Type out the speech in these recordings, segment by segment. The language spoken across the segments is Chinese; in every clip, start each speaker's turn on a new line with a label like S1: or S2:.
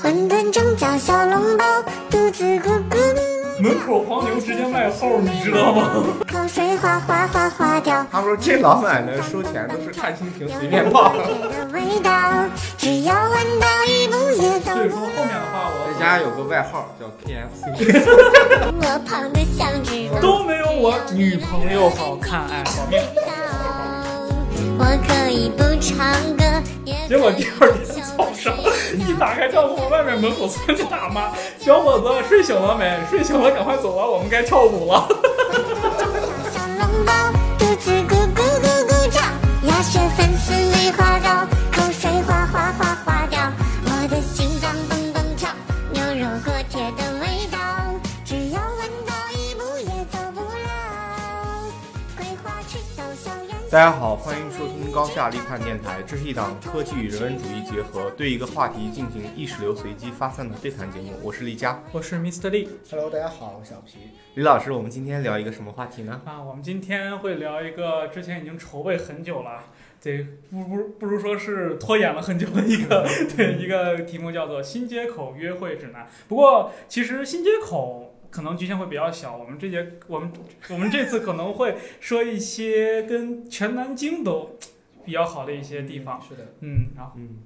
S1: 馄饨、蒸饺、小笼包，肚子咕咕噜，
S2: 门口黄牛直接卖号，你知道吗？
S1: 口水哗哗哗哗掉。
S3: 他们说这老奶
S2: 呃
S3: 奶收钱都是看心情随便报，
S1: 的味道， 只要闻到一步也走
S2: 所以
S1: 不
S2: 说后面的话
S3: 在
S2: 我
S3: 家有个外号叫 KFC。
S1: 我胖的像只狼。
S2: 都没有我女朋友好看，哎，好命。
S1: 我可以不唱歌，也可以
S2: 结果第二天早上， 一打开帐篷，外面门口窜着大妈，小伙子睡醒了没？睡醒了赶快走啊，我们该跳舞了。
S1: 小笼包，肚子咕咕咕咕叫，鸭血粉丝梨花糕，口水哗哗哗哗掉，我的心脏蹦蹦跳，牛肉锅贴的味道，只要闻到一步也走不了。桂花吃到小圆
S3: 大家好，欢迎收听高下立判电台，这是一档科技与人文主义结合，对一个话题进行意识流随机发散的对谈节目。我是李佳，
S2: 我是 Mr. Lee
S4: Hello，大家好，我是小皮。
S3: 李老师，我们今天聊一个什么话题呢？
S2: 啊，我们今天会聊一个之前已经筹备很久了，对，不不不如说是拖延了很久的一个对一个题目，叫做《新街口约会指南》。不过其实新街口。可能局限会比较小，我们这节我们我们这次可能会说一些跟全南京都比较好的一些地方，
S4: 是的，
S2: 嗯，然后
S3: 嗯，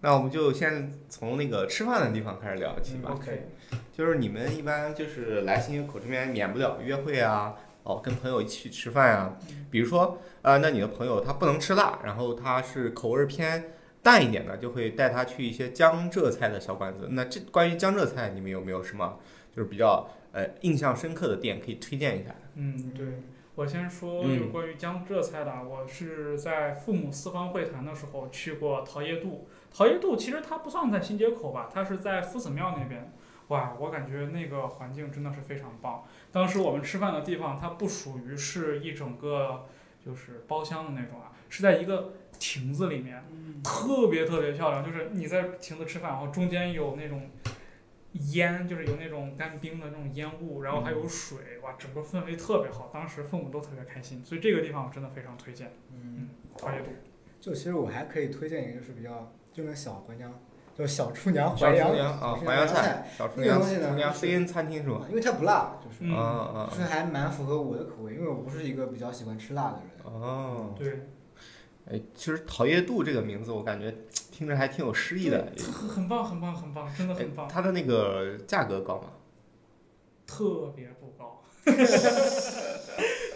S3: 那我们就先从那个吃饭的地方开始聊起吧。
S2: OK，
S3: 就是你们一般就是来新街口这边免不了约会啊，哦，跟朋友一起去吃饭啊。比如说，呃，那你的朋友他不能吃辣，然后他是口味儿偏淡一点的，就会带他去一些江浙菜的小馆子。那这关于江浙菜，你们有没有什么就是比较呃印象深刻的店可以推荐一下？
S2: 嗯，对，我先说
S3: 嗯
S2: 有关于江浙菜的啊，我是在父母四方会谈的时候去过陶冶渡。陶冶渡其实它不算在新街口吧，它是在夫子庙那边。哇，我感觉那个环境真的是非常棒。当时我们吃饭的地方，它不属于是一整个就是包厢的那种啊，是在一个亭子里面，特别特别漂亮。就是你在亭子吃饭，然后中间有那种烟，就是有那种干冰的那种烟雾，然后还有水，哇，整个氛围特别好。当时父母都特别开心，所以这个地方我真的非常推荐。
S4: 嗯，
S2: 陶冶渡，
S4: 就其实我还可以推荐一个是比较，就那小怀娘，就小厨娘
S3: 小
S4: 淮
S3: 厨
S4: 扬，
S3: 娘啊，淮
S4: 淮
S3: 扬
S4: 扬
S3: 菜，小厨
S4: 那个
S3: 娘，
S4: 东西呢
S3: 厨娘
S4: 就是
S3: C N 餐厅是吧？
S4: 因为它不辣，就是
S2: 嗯
S3: 啊啊
S4: 就是还蛮符合我的口味，因为我不是一个比较喜欢吃辣的人。
S3: 哦，
S2: 对，
S3: 哎，其实陶冶渡这个名字我感觉听着还挺有诗意的。
S2: 很很棒，很棒，很棒，真的
S3: 哎
S2: 很棒，
S3: 它的那个价格高吗？
S2: 特别不 高，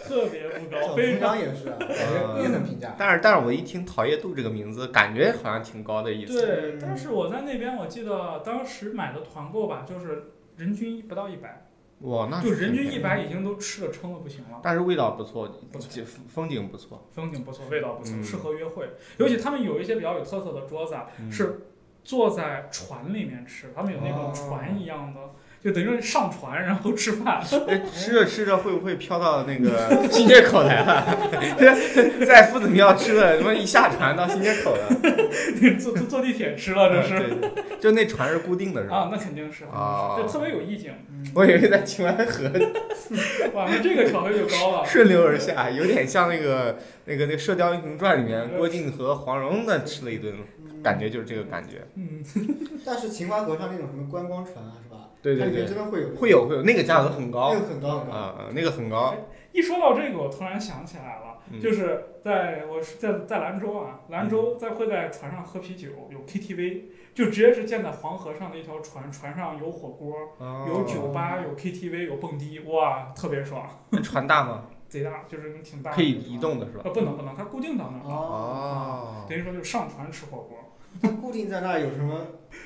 S2: 特别不
S4: 小
S2: 高，
S4: 厨
S2: 非
S4: 娘
S2: 常
S4: 也 是啊，感觉也很平价。
S3: 但是，但是我一听陶冶渡这个名字，感觉好像挺高的意思。
S2: 对，但是我在那嗯边，我记得当时买的团购吧，就是人均不到一百，
S3: 哇，那
S2: 啊就是人
S3: 挺
S2: 均
S3: 便宜
S2: 一百，已经都吃的撑的不行了。
S3: 但是味道不错，
S2: 不错
S3: 景风景不错。
S2: 风景不错，味道不错，
S3: 嗯
S2: 适合约会。尤其他们有一些比较有特色的桌子，啊，
S3: 嗯
S2: 是坐在船里面吃，他们有那种
S3: 哦
S2: 船一样的，就等于说上船然后吃饭。
S3: 哎吃着吃着会不会飘到那个新街口来了？ 在夫子庙吃的，他妈一下船到新街口了。
S2: 坐坐坐地铁吃了，这 是
S3: 对，对就那船是固定的，是吧？
S2: 啊，那肯定是，
S3: 嗯啊
S2: 就特别有意境。
S3: 我以为在秦淮河
S2: 哇，那这个考虑就高了。
S3: 顺流而下，有点像那个那个那《射雕英雄传》里面郭靖和黄蓉的吃了一顿，感觉就是这个感觉。
S2: 嗯，
S4: 但是秦淮河上那种什么观光船啊，是吧？
S3: 对
S4: 它
S3: 对
S4: 里面
S3: 对，
S4: 真的会有
S3: 会有会有，那个价格很高
S4: 那个很高很
S3: 啊
S4: 高。
S3: 啊，那个很高。
S2: 一说到这个，我突然想起来了，
S3: 嗯
S2: 就是在我是在在兰州啊，兰州在会在船上喝啤酒，有 KTV，就直接是建在黄河上的一条船，船上有火锅，
S4: 哦
S2: 有酒吧，有 KTV，有蹦迪，哇，特别爽，
S3: 哦船大吗？
S2: 贼大，就是挺大的。
S3: 可以移动的是吧？
S2: 呃，不能不能，它固定
S3: 嗯
S2: 到那儿了，
S4: 哦，
S2: 等于说就上船吃火锅，
S4: 它固定在那儿有什么？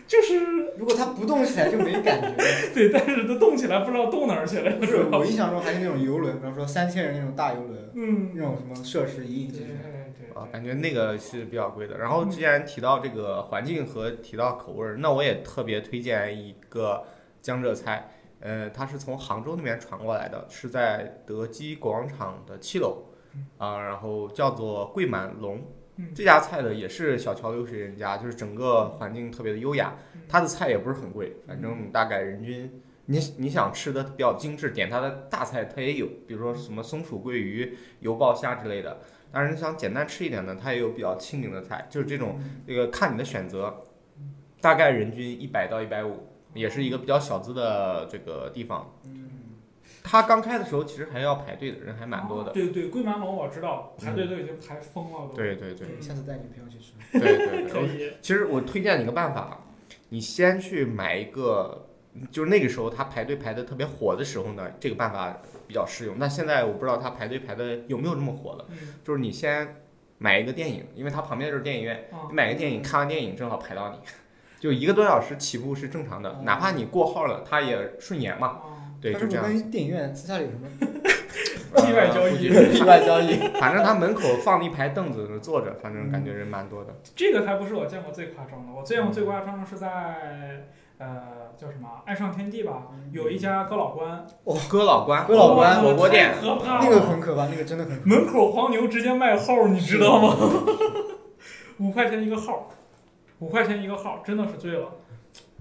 S2: 就是
S4: 如果它不动起来就没感 觉。
S2: 对，但是它动起来不知道动哪儿去了，
S4: 不是，我印象中还是那种游轮，比方说三千人那种大游轮，
S2: 嗯，
S4: 那种什么设施一
S2: 对
S4: 应
S2: 对
S4: 俱全。
S2: 对
S3: 啊，
S2: 对，
S3: 感觉那个是比较贵的。然后既然提到这个环境和提到口味儿，那我也特别推荐一个江浙菜，呃，它是从杭州那边传过来的，是在德基广场的七楼，啊，然后叫做桂满龙
S2: 嗯。
S3: 这家菜呢也是小桥流水人家，就是整个环境特别的优雅
S2: 嗯，
S3: 它的菜也不是很贵，反正大概人均。你你想吃的比较精致，点它的大菜它也有，比如说什么松鼠桂鱼、油爆虾之类的。但
S2: 嗯
S3: 是你想简单吃一点呢，它也有比较亲民的菜，就是这种这个看你的选择。大概人均一百到一百五，也是一个比较小资的这个地方。
S5: 嗯，
S3: 它刚开的时候其实还要排队的，人还蛮多的。
S2: 哦
S3: 嗯
S2: 对对，龟蛮龙我知道，排队都已经排疯了都。
S3: 对对对
S5: 下次带女朋友去吃。
S3: 对对
S2: 可
S3: 对。
S2: 以。
S3: 其实我推荐你一个办法，你先去买一个，就是那个时候它排队排的特别火的时候呢，这个办法比较适用。但现在我不知道它排队排的有没有这么火了，
S2: 嗯
S3: 就是你先买一个电影，因为它旁边就是电影院。
S2: 啊
S3: 你，买个电影，看完电影正好排到你， 就一个多小时起步是正常
S2: 哦
S3: 的，哪怕你过号了，它也顺延嘛。
S2: 啊
S3: 对，
S5: 他
S3: 就
S5: 说
S3: 这
S5: 我
S3: 样子。
S5: 跟电影院私下里有什 么
S2: 地外交易
S3: 呃，
S5: 意外交易？
S3: 反正他门口放了一排凳子坐着，反正感觉人蛮多的。
S2: 这个还不是我见过最夸张的，我
S3: 嗯
S2: 见过最夸张的是在呃叫什么爱上天地吧，有一家哥老关，
S3: 嗯哥老关，
S5: 哥老关
S2: 哇
S3: 火锅店
S2: 太可怕了
S5: 那个很可怕，那个真的很可怕。
S2: 门口黄牛直接卖号，你知道吗？ 五块钱一个号，五块钱一个号，真的是醉了。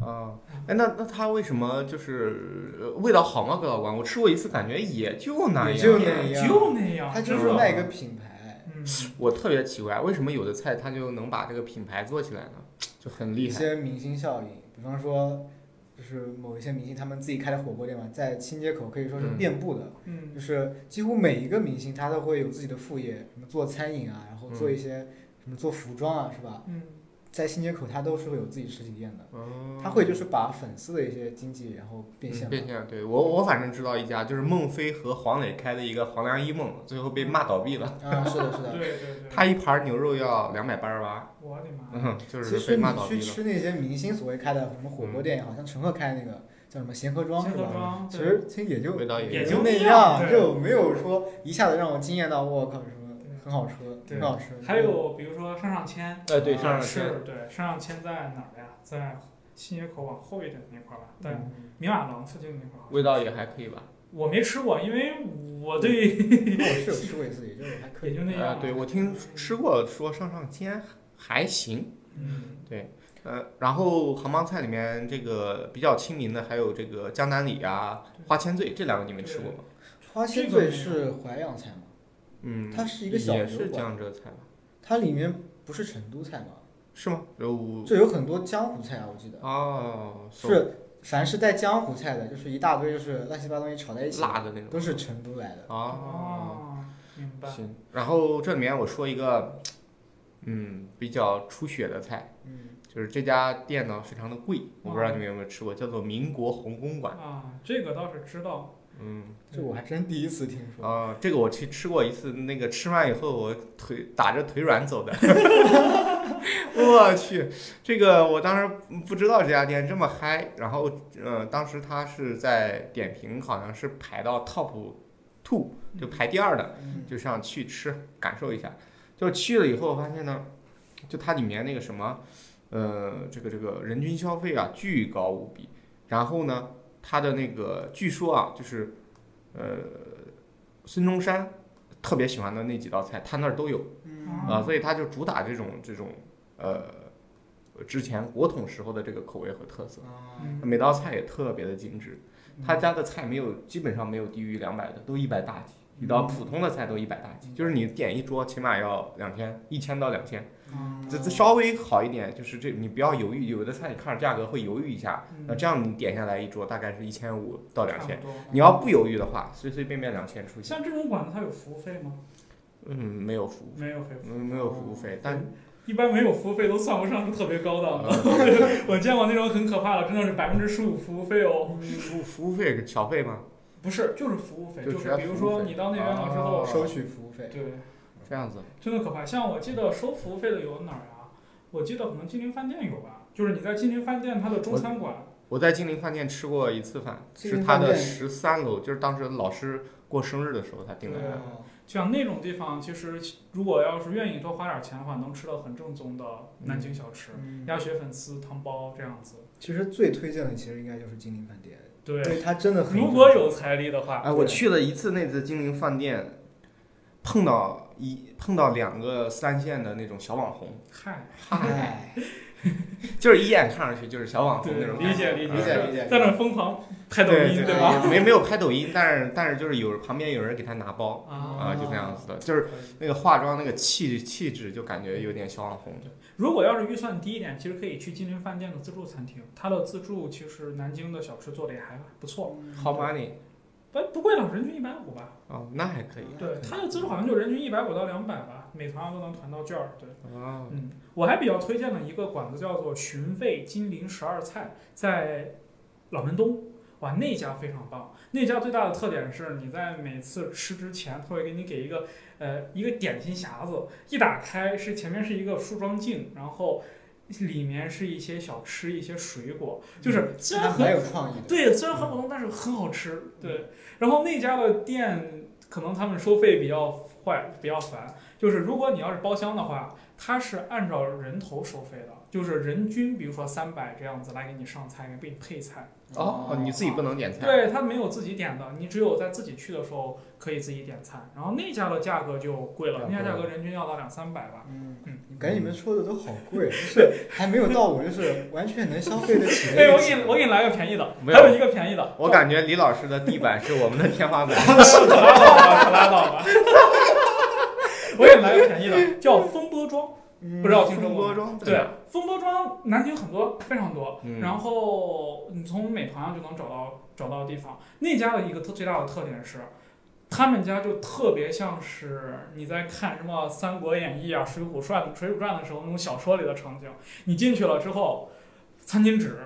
S3: 啊，哎，那那他为什么就是呃味道好吗？哥老关，我吃过一次，感觉也就那
S5: 也就
S3: 样。
S5: 那样，
S2: 就那样，
S5: 哎他就
S2: 真
S5: 是
S2: 的
S5: 卖一个品牌，
S2: 嗯，
S3: 我特别奇怪，为什么有的菜它就能把这个品牌做起来呢？就很
S5: 一
S3: 厉害。
S5: 些明星效应，比方说。就是某一些明星他们自己开的火锅店嘛，在清街口可以说是
S3: 嗯
S5: 遍布的，
S2: 嗯，
S5: 就是几乎每一个明星他都会有自己的副业，什么做餐饮啊，然后做一些什么做服装啊，是吧？
S2: 嗯，
S5: 在新街口他都是会有自己实体店的，
S3: 哦
S5: 他会就是把粉丝的一些经济然后变
S3: 嗯
S5: 现嘛。
S3: 变现，对我我反正知道一家，就是孟非和黄磊开的一个黄粱一梦，最后被骂倒闭了。
S5: 啊，是的，是
S2: 对
S5: 的。
S2: 对对，
S3: 他一盘牛肉要两百八十八，
S2: 我的妈呀，
S3: 嗯，就
S5: 其
S3: 是
S5: 实
S3: 被
S5: 你
S3: 骂倒
S5: 去
S3: 闭了。嗯
S5: 吃那些明星所谓开的什么火锅店也好，像陈赫开那个叫什么贤合庄
S2: 清
S5: 是
S2: 河
S5: 吧？
S2: 庄，
S5: 其
S2: 对
S5: 实其实也就
S3: 味道也
S2: 也
S5: 就
S2: 就
S5: 那
S2: 那样对
S5: 就没有说一下子让我惊艳到我靠什么很好吃，
S2: 对
S5: 很好吃。
S2: 还有比如说上上签，
S3: 哎，对，
S2: 啊
S3: 上上
S2: 是
S3: 签，，
S2: 对，上上签在哪儿呀？在新街口往后一点那块儿吧，在
S5: 嗯
S2: 明瓦廊附近那块儿。
S3: 味道也还可以吧？
S2: 我没吃过，因为我对
S5: 我是有吃过一次，也就还可
S2: 也
S5: 以
S2: 就。那
S3: 呃
S2: 样。，
S3: 对我听吃过说上上签还行，
S2: 嗯，
S3: 呃，然后杭帮菜里面这个比较亲民的还有这个江南里啊、花千醉这两个你们吃过吗？
S5: 花千
S2: 这个
S5: 醉是淮扬菜吗？
S3: 嗯，
S5: 它是一个小
S3: 也
S5: 酒
S3: 是
S5: 馆
S3: 江浙菜吧？
S5: 它里面不是成都菜吗？
S3: 是吗？有
S5: 这有很多江湖菜啊，我记得
S3: 哦，
S5: 是凡是带江湖菜的，就是一大堆就是乱七八糟东西炒在一起，
S3: 辣的那种，
S5: 都是成都来的。
S3: 哦。
S2: 哦，明白。
S3: 行，然后这里面我说一个，嗯，比较出血的菜，
S5: 嗯，
S3: 就是这家店呢非常的贵，我不知道
S5: 哦
S3: 你们有没有吃过，叫做民国红公馆。
S2: 啊，这个倒是知道。
S3: 嗯，
S5: 这我还真第一次听说。
S3: 啊、这个我去吃过一次，那个吃完以后我腿打着腿软走的。我去，这个我当时不知道这家店这么嗨，然后呃，当时它是在点评好像是排到 top two，就排第二的，
S5: 嗯
S3: 就想去吃感受一下。就去了以后发现呢，就它里面那个什么，呃，这个这个人均消费啊巨高无比。然后呢，它的那个据说啊，就是呃，孙中山特别喜欢的那几道菜，他那儿都有
S5: 嗯
S3: 啊、所以他就主打这种这种呃，之前国统时候的这个口味和特色。
S5: 啊，
S2: 嗯
S3: 每道菜也特别的精致，他家的菜没有基本上没有低于两百的，都一百大几，一
S2: 嗯
S3: 道普通的菜都一百大几，就是你点一桌起码要两千，一千到两千，
S2: 嗯
S3: 这这稍微好一点，就是这你不要犹豫，有的菜你看着价格会犹豫一下，那这样你点下来一桌大概是一千五到两千，。
S2: 差不多
S3: 你要不犹豫的话，随随便便两千出去，
S2: 像这种馆子，它有服务费吗？
S3: 嗯，没有服务，
S2: 没有费用，
S3: 嗯，没有服务费，但呃
S2: 一般没有服务费都算不上是特别高档的。我见过那种很可怕的，真的是百分之十五服务费哦。
S3: 服务服务费是小费嘛，
S2: 不是，就是服务费，
S3: 就
S2: 就
S3: 只
S2: 是
S3: 要
S2: 比如
S3: 服务
S2: 说
S3: 费
S2: 你到那边了之后
S3: 哦，
S5: 收取服务费。
S2: 对，
S3: 这样子，
S2: 真的可怕。像我记得收服务费的有哪儿啊？我记得可能金陵饭店有吧，就是你在金陵饭店它的中餐馆，
S3: 我在金陵饭店吃过一次饭，
S5: 金
S3: 是
S5: 陵
S3: 他
S5: 饭
S3: 的
S5: 店
S3: 十三楼，就是当时老师过生日的时候他订的
S2: 对
S3: 饭。
S5: 哦
S2: 像那种地方，其实如果要是愿意多花点钱的话，能吃到很正宗的南京小吃，
S5: 嗯
S2: 鸭血粉丝、汤包这样子。
S5: 其实最推荐的其实应该就是金陵饭店，因
S2: 对，
S5: 为它真的很。
S2: 如果有财力的话，
S3: 哎，我去了一次那次金陵饭店，碰到一碰到两个三线的那种小网红，
S2: 嗨，
S5: 嗨，
S3: 就是一眼看上去就是小网红啊那
S2: 对，
S3: 种
S2: 理
S3: 感觉。
S2: 解理解
S5: 理解
S2: 是
S5: 理解
S2: 在那儿疯狂拍抖
S3: 对
S2: 音
S3: 对
S5: 对
S2: 吧？
S3: 对，没没有拍抖音，但是但是就是有旁边有人给他拿包
S2: 啊
S3: 啊，就那样子的，就是
S2: 可以
S3: 那个化妆那个气气质就感觉有点小网红。
S2: 如果要是预算低一点，其实可以去金陵饭店的自助餐厅，它的自助其实南京的小吃做的也还不错，
S5: 嗯
S3: How money？
S2: 不不贵了，人均一百五吧。
S3: 哦，那还可以。
S2: 对，它的自助好像就人均一百五到两百吧，每团啊都能团到券儿。对，
S3: 哦，
S2: 嗯，我还比较推荐的一个馆子叫做寻味金陵十二菜，在老门东。哇，那家非常棒！那家最大的特点是，你在每次吃之前，他会给你给一个呃一个点心匣子，一打开是前面是一个梳妆镜，然后里面是一些小吃、一些水果，就是虽然
S5: 那
S2: 和
S5: 嗯蛮有创意的。
S2: 对，虽然很普通，但是很好吃。对，然后那家的店可能他们收费比较坏，比较烦。就是如果你要是包厢的话，它是按照人头收费的，就是人均，比如说三百这样子来给你上菜，给你配菜。
S3: 哦，你自己不能点菜。
S2: 对，它没有自己点的，你只有在自己去的时候可以自己点菜。然后那家的价格就贵了，那家价格人均要到两三百吧。
S5: 嗯
S2: 嗯，
S5: 感觉你们说的都好贵，就是还没有到我就是完全能消费得起的
S2: 哎，
S5: 一个
S2: 我
S5: 级
S2: 给你，
S5: 别。
S2: 我给你来个便宜的，
S3: 没有
S2: 还有一个便宜的，
S3: 我感觉李老师的地板是我们的天花板。
S2: 可拉倒吧，可拉倒吧。我也蛮有便宜的，叫风波庄，
S5: 嗯
S2: 不知道听说
S3: 风
S2: 过
S3: 波
S2: 吗？
S3: 庄
S2: 对，，风波庄南京很多，非常多。
S3: 嗯
S2: 然后你从美团上就能找到找到地方。那家的一个特最大的特点是，他们家就特别像是你在看什么《三国演义》啊、《水浒传》《水浒传》的时候那种小说里的场景。你进去了之后，餐巾纸。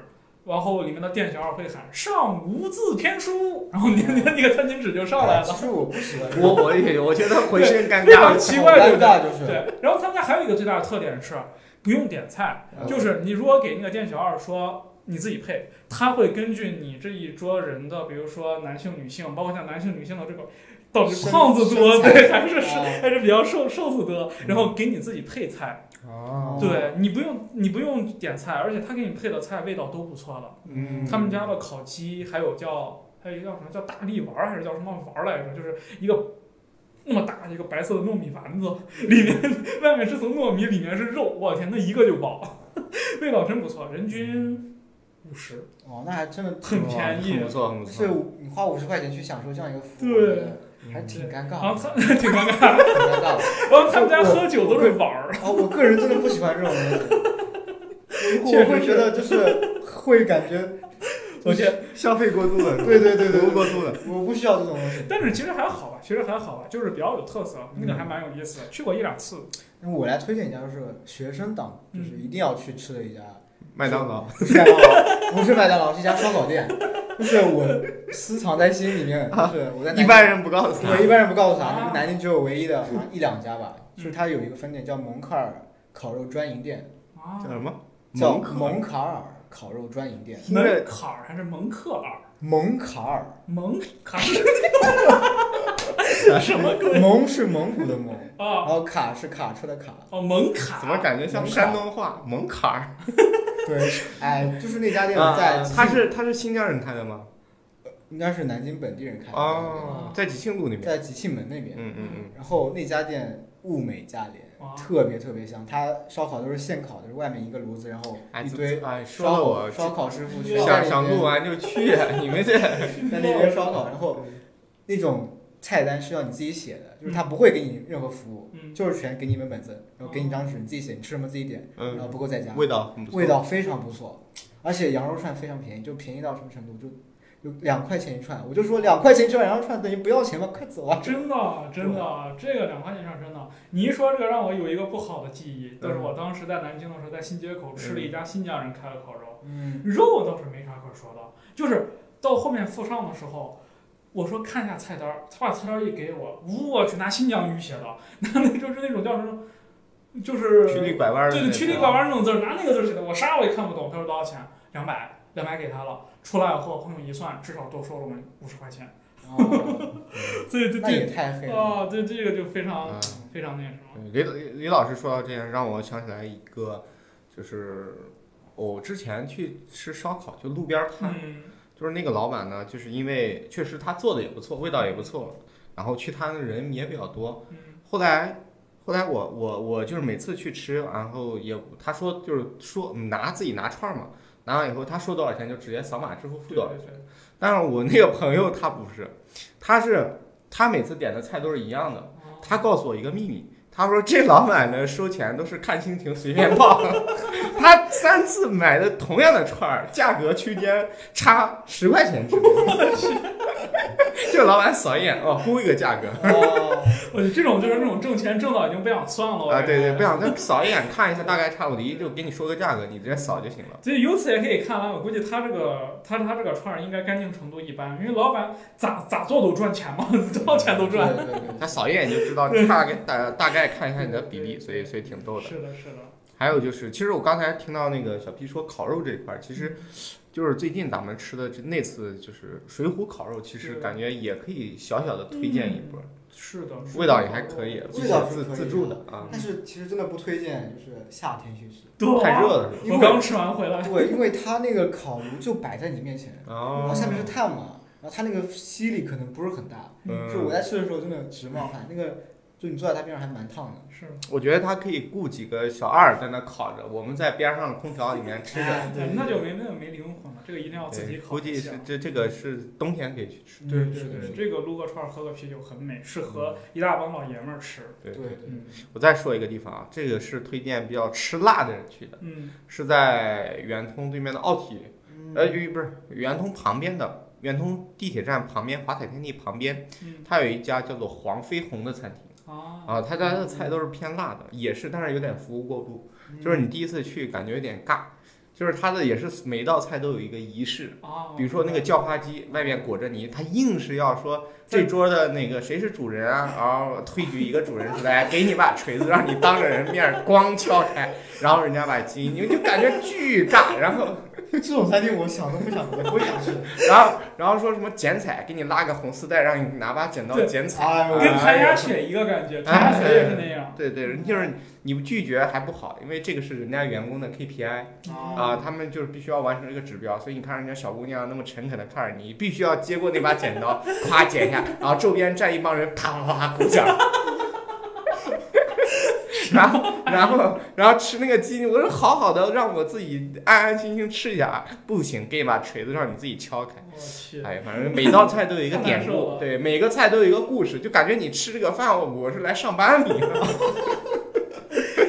S2: 然后里面的店小二会喊上无字天书，然后你你那个餐巾纸就上来
S5: 哎
S2: 了
S5: 其。实我不喜欢这
S3: 我
S5: 种，
S3: 我也我觉得浑身尴
S2: 非
S3: 尬
S2: 常。 奇怪对
S5: 好
S2: 不
S5: 尴尬就是。
S2: 对，然后他们家还有一个最大的特点是不用点菜，
S5: 嗯
S2: 就是你如果给那个店小二说你自己配，他会根据你这一桌人的，比如说男性、女性，包括像男性、女性的这个到底是
S5: 身
S2: 胖子多，
S5: 身材
S2: 对，还是是
S5: 啊
S2: 还是比较瘦瘦子多，然后给你自己配菜，
S3: 哦
S2: 对你不用你不用点菜，而且他给你配的菜味道都不错的。
S3: 嗯
S2: 他们家的烤鸡，还有叫还有一个叫什么叫大力丸儿还是叫什么丸儿来着？就是一个那么大的一个白色的糯米丸子，里面 外面是层糯米，里面是肉，我天，那一个就饱， 味道真不错，人均五十，
S5: 哦，那还真的
S2: 很便
S3: 哦很
S2: 宜
S3: 不。错，很不嗯
S5: 是
S3: 错。
S5: 你花五十块钱去享受这样一个服务，
S2: 嗯对
S5: 我觉得还挺尴
S2: 然后
S5: 尬的，
S2: 他挺尴尬，
S5: 挺尴尬的。
S2: 然后他们家喝酒都是碗 儿，
S5: 哦，我个人真的不喜欢这种东 西，我会觉得就是会感觉，
S2: 我天！
S3: 消费过度了
S5: 对对对对
S3: 服务
S5: 对，
S3: 过度了。
S5: 我不需要这种东西。
S2: 但是其实还好吧，其实还好吧，就是比较有特色，
S3: 嗯
S2: 那个还蛮有意思的，去过一两次。
S5: 那我来推荐一家，就是学生党，就是一定要去吃的一家，
S3: 麦当劳，
S5: 不是麦当劳，不是麦当劳，是一家烧烤店，就是我私藏在心里面，就是我在南京
S3: 一般人不告诉他
S5: 对，。一般人不告诉他，那
S2: 啊
S5: 个南京只有唯一的，好像一两家吧，就是它有一个分店叫蒙卡尔烤肉专营店，
S2: 啊
S3: 叫，什么？
S5: 叫
S3: 可
S5: 蒙卡尔烤肉专营店，
S3: 听着
S2: 门槛儿还是蒙克尔？
S5: 蒙卡尔，
S2: 蒙卡尔
S3: 什么？
S5: 蒙是蒙古的蒙，
S2: 啊
S5: 然，后哦卡是卡车的卡，
S2: 哦，蒙卡
S3: 怎么感觉像山东话？蒙坎儿。
S5: 对，哎，就是那家店在
S3: 啊
S5: 吉庆，
S3: 他是他是新疆人开的吗？
S5: 应该是南京本地人开的，
S3: 哦，在吉庆路那边。
S5: 在吉庆门那边，
S3: 嗯嗯嗯。
S5: 然后那家店物美价廉
S2: 哇，
S5: 特别特别香，它烧烤都是现烤的，外面一个炉子，然后
S3: 哎，
S5: 一
S3: 怎
S5: 堆
S3: 么哎，说
S5: 烧
S3: 了
S5: 烤
S3: 我
S5: 烧烤师傅去
S3: 想
S5: 在
S3: 想
S5: 那边
S3: 录完啊就去，你们 这
S5: 在那边烧烤，然后那种菜单是要你自己写的，就是他不会给你任何服务，
S2: 嗯
S5: 就是全给你一本本子，然后给你张纸，你自己写，你吃什么自己点，然后
S3: 嗯，
S5: 不够再加。
S3: 味道很不错。
S5: 味道非常不错，而且羊肉串非常便宜，就便宜到什么程度，就有两块钱一串，我就说两块钱一串羊肉串等于不要钱吧，快走啊！
S2: 真的，真的，这个两块钱上真的。你一说这个，让我有一个不好的记忆，
S3: 嗯
S2: 就是我当时在南京的时候，在新街口吃了一家新疆人开的烤肉，
S5: 嗯，
S2: 肉倒是没啥可说的，就是到后面付上的时候，我说看一下菜单儿，他把菜单儿一给我，我去拿新疆语写的， 拿那就是那种叫什么，就是
S3: 曲里拐弯儿的
S2: 对
S3: 那
S2: 对，
S3: 啊种。
S2: 曲里拐弯那种字儿，拿那个字儿写的，我啥我也看不懂。他说多少钱？两百，两百给他了。出来以后，朋友一算，至少多收了我们五十块 钱。
S4: 嗯
S5: 哦，
S2: 所以这
S5: 那也
S2: 这
S5: 太黑了。
S2: 啊，对这个就非常、
S3: 嗯
S2: 非常那什么。
S3: 对李李老师说到这样，让我想起来一个，就是我之前去吃烧烤，就路边儿摊，
S2: 嗯，
S3: 就是那个老板呢，就是因为确实他做的也不错，味道也不错，然后去摊的人也比较多。
S2: 嗯
S3: 后来后来我我我就是每次去吃，然后也他说就是说拿自己拿串儿嘛，拿完以后他说多少钱就直接扫码支付付
S2: 对
S3: 多少钱。
S2: 对对，
S3: 但是我那个朋友他不是，他是他每次点的菜都是一样的，他告诉我一个秘密，他说这老板的收钱都是看心情随便报， 他三次买的同样的串儿，价格区间差十块钱 之内，就老板扫一眼哦，估一个价格
S4: 哦，
S2: 我觉得这种就是那种挣钱挣到已经不想算了我
S3: 啊，
S2: 感
S3: 对对，
S2: 觉
S3: 不想他扫一眼看一下大概差不离，就给你说个价格，你直接扫就行了。
S2: 所以由此也可以看来，我估计他这个他他这个串儿应该干净程度一般，因为老板咋咋做都赚钱嘛， 多少钱都
S4: 对
S2: 赚。
S4: 对对，
S3: 他扫一眼就知道大概大大概嗯看一下你的比例，所以所以挺逗的。
S2: 是的，是的，
S3: 还有就是，其实我刚才听到那个小 P 说烤肉这一块儿，其实就是最近咱们吃的这那次就是水浒烤肉，其实
S2: 对
S3: 感觉也可以小小的推荐一波，
S2: 是的，是的
S3: 味道也还可以，
S4: 嗯
S3: 啊
S4: 味道
S3: 自
S4: 是可以
S3: 自助的啊，
S4: 但是其实真的不推荐，就是夏天去吃，
S2: 对，
S3: 太热了是吧？
S4: 啊因
S2: 我
S4: 为
S2: 刚吃完回来，
S4: 对，因为它那个烤炉就摆在你面前，然
S3: 哦
S4: 后，下面是炭嘛，然后它那个吸力可能不是很大，
S3: 嗯
S4: 就是我在吃的时候真的直冒汗，那个就你坐在它边上还蛮烫的。
S2: 是
S3: 我觉得他可以雇几个小二在那烤着，我们在边上空调里面吃着，
S4: 哎
S2: 哎那就没那就没灵魂了，这个一定
S4: 哦
S2: 要自己
S3: 对，
S2: 烤。
S3: 估计是这这个是冬天可以去吃，
S2: 对
S4: 嗯
S2: 对
S4: 是的
S2: 对，
S4: 是的
S2: 这个撸个串儿喝个啤酒很美，适合一大帮老爷们儿吃。
S3: 嗯对
S4: 对对，
S2: 嗯
S3: 我再说一个地方啊，这个是推荐比较吃辣的人去的，
S2: 嗯，
S3: 是在圆通对面的奥体。
S4: 嗯
S3: 呃，不是圆通旁边的圆通地铁站旁边华彩天地旁边，
S2: 嗯
S3: 它有一家叫做黄飞鸿的餐厅
S2: 啊，
S3: 啊，他家的菜都是偏辣的，也是，但是有点服务过度，就是你第一次去感觉有点尬，就是它的也是每一道菜都有一个仪式。
S2: 啊，
S3: 比如说那个叫花鸡外面裹着泥，他硬是要说这桌的那个谁是主人啊，然后推举一个主人出来，给你把锤子，让你当着人面儿咣敲开，然后人家把鸡，你就感觉巨尬，然后
S4: 这种餐厅我想都不想，我不想吃。
S3: 然后然后说什么剪彩，给你拉个红丝带，让你拿把剪刀
S2: 对
S3: 剪彩。
S4: 哎
S3: 啊
S4: 呦，
S2: 跟弹鸭血一个感
S3: 哎
S2: 觉，弹鸭血也是那样。
S3: 对对，就是你不拒绝还不好，因为这个是人家员工的 KPI 啊、他们就是必须要完成这个指标，所以你看人家小姑娘那么诚恳的看着你，必须要接过那把剪刀， 夸剪一下，然后周边站一帮人啪啪啪鼓掌。 然后，然后，然后吃那个鸡，我说好好的让我自己安安心心吃一下，不行，给你把锤子让你自己敲开。
S2: 我去，
S3: 哎，反正每道菜都有一个
S2: 太
S3: 典
S2: 难受
S3: 故，
S2: 了
S3: 对，每个菜都有一个故事，就感觉你吃这个饭，我是来上班的一样。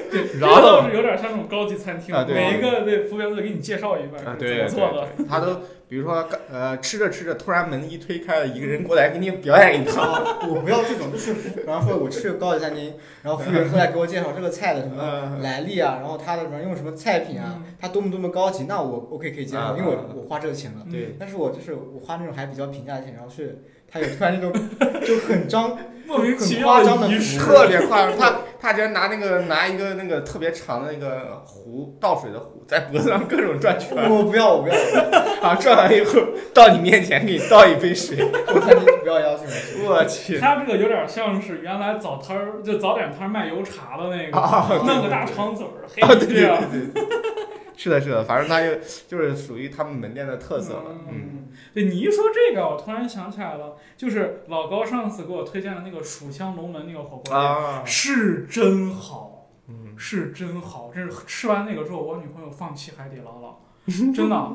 S2: 这
S3: 饶了我
S2: 倒是有点像那种高级餐厅
S3: 啊，对
S2: 每一个对服务员都得给你介绍一番
S3: 啊，
S2: 怎
S3: 对
S2: 么
S3: 对
S2: 做的。
S3: 对，他都比如说呃吃着吃着，突然门一推开了，一个人过来给你表演一套。
S4: 啊我不要这种，就是服然后说我吃个高级餐厅，然后服务员过来给我介绍这个菜的什 么
S3: 嗯
S4: 来历啊，然后它的什么用什么菜品啊，它多么多么高级，那我 OK 可以接
S3: 啊
S4: 受，因为我我花这个钱
S2: 嗯
S4: 了。
S3: 对
S4: 但是我就是我花那种还比较平价的钱，然后去他有突然那种 就很张，
S2: 莫名其
S4: 很夸
S2: 妙
S4: 张的服
S2: 仪
S4: 务
S2: 式，
S3: 特别夸张，他他直接拿那个拿一个那个特别长的那个壶倒水的壶，在脖子上各种转圈，
S4: 我不要我不要，
S3: 然后转完以后到你面前给你倒一杯水，
S4: 我餐厅不要邀请我吃。
S3: 我去
S2: 他这个有点像是原来早摊儿就早点摊儿卖油茶的那个，
S3: 啊！
S2: 弄个大长嘴儿，
S3: 啊，
S2: 嘿，
S3: 对
S2: 这
S3: 对
S2: 样。
S3: 对对，是的，是的，反正它就就是属于他们门店的特色了。嗯，
S2: 嗯，对你一说这个，我突然想起来了，就是老高上次给我推荐的那个蜀香龙门那个火锅店，
S3: 啊，
S2: 是真好。
S3: 嗯，
S2: 是真好，真是吃完那个之后，我女朋友放弃海底捞了，真的，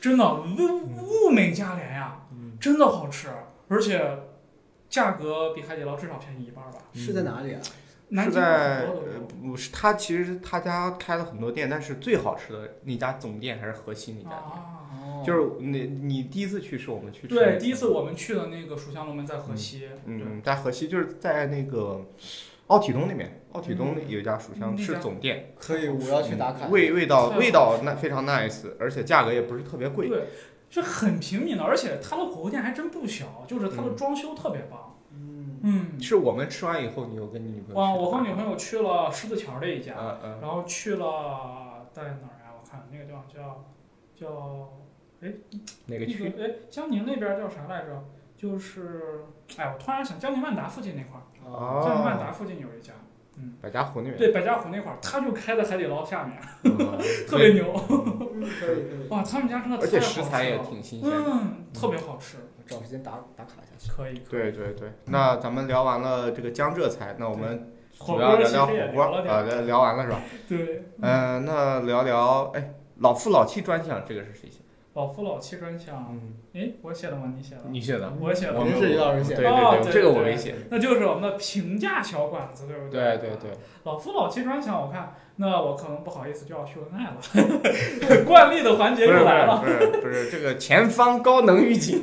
S2: 真的物物美价廉呀，
S3: 嗯
S2: 真的好吃，而且价格比海底捞至少便宜一半吧。
S4: 是在哪里啊？
S2: 南
S3: 是
S2: 京
S3: 在
S2: 火锅
S3: 呃
S2: 都有
S3: 不是他其实他家开了很多店，但是最好吃的那家总店还是河西那家店。
S2: 啊，
S4: 嗯
S3: 就是你你第一次去是我们去吃的
S2: 对，第一次我们去的那个蜀香龙门在河西，对，
S3: 嗯，在河西就是在那个奥体东那边，奥体东有一家蜀香
S2: 嗯那
S3: 是
S2: 家嗯啊
S3: 总店，
S4: 可以，我要去打卡。
S3: 味味道
S2: 太好
S3: 味道那非常 nice，而且价格也不是特别贵。
S2: 对，是很平民的，而且它的火锅店还真不小，就是它的
S3: 嗯
S2: 装修特别棒，
S4: 嗯，
S2: 嗯，
S3: 是我们吃完以后，你有跟你女朋友去的
S2: 哇，
S3: 吗？
S2: 我和女朋友去了狮子桥这一家，
S3: 嗯嗯，
S2: 然后去了在哪儿呀、我看那个地方叫叫
S3: 哪个
S2: 那
S3: 区？
S2: 个哎，江宁那边儿叫啥来着？就是哎，我突然想江宁万达附近那块儿，
S4: 哦，
S2: 江宁万
S3: 哦，
S2: 达附近有一家，
S3: 百家湖那边。
S2: 对，百家湖那块儿，他就开在海底捞下面，
S3: 嗯
S2: 特别牛。
S4: 可以可以，
S2: 哇，他们家真的
S3: 而
S2: 太
S3: 且
S2: 好
S3: 食材
S2: 吃
S3: 也
S2: 了
S3: 挺新鲜的。
S2: 嗯，特别好吃，
S4: 我找时间打打卡一下去。
S2: 可以。可以
S3: 对对对，那咱们聊完了这个江浙菜，那我们
S2: 火
S3: 主
S2: 锅
S3: 要
S2: 其
S3: 聊
S2: 实
S3: 聊火
S2: 也
S3: 锅
S2: 聊了点
S3: 啊，
S2: 儿，
S3: 聊聊完了是吧？
S2: 对，
S3: 嗯，那聊聊哎，老夫老妻专项这个是谁写的？
S2: 老夫老妻专项，
S3: 嗯，
S2: 哎，我写的吗？你写的？
S6: 你写的？
S2: 我写的
S6: 我
S5: 肯
S6: 没
S5: 定
S6: 有
S5: 是于老师写
S6: 对
S5: 的。
S2: 哦
S6: 对
S2: 对
S6: 这个
S2: 对
S6: 我
S2: 对
S6: 没写。
S2: 那就是我们的平价小馆子，对不
S6: 对
S2: 对
S6: 对
S2: 对
S6: 对，
S2: 老夫老妻专享，我看那我可能不好意思就要秀恩爱了， 惯例的环
S3: 不
S2: 节又
S3: 是不
S2: 来
S3: 是
S2: 了。
S3: 不是不是这个前方高能预警，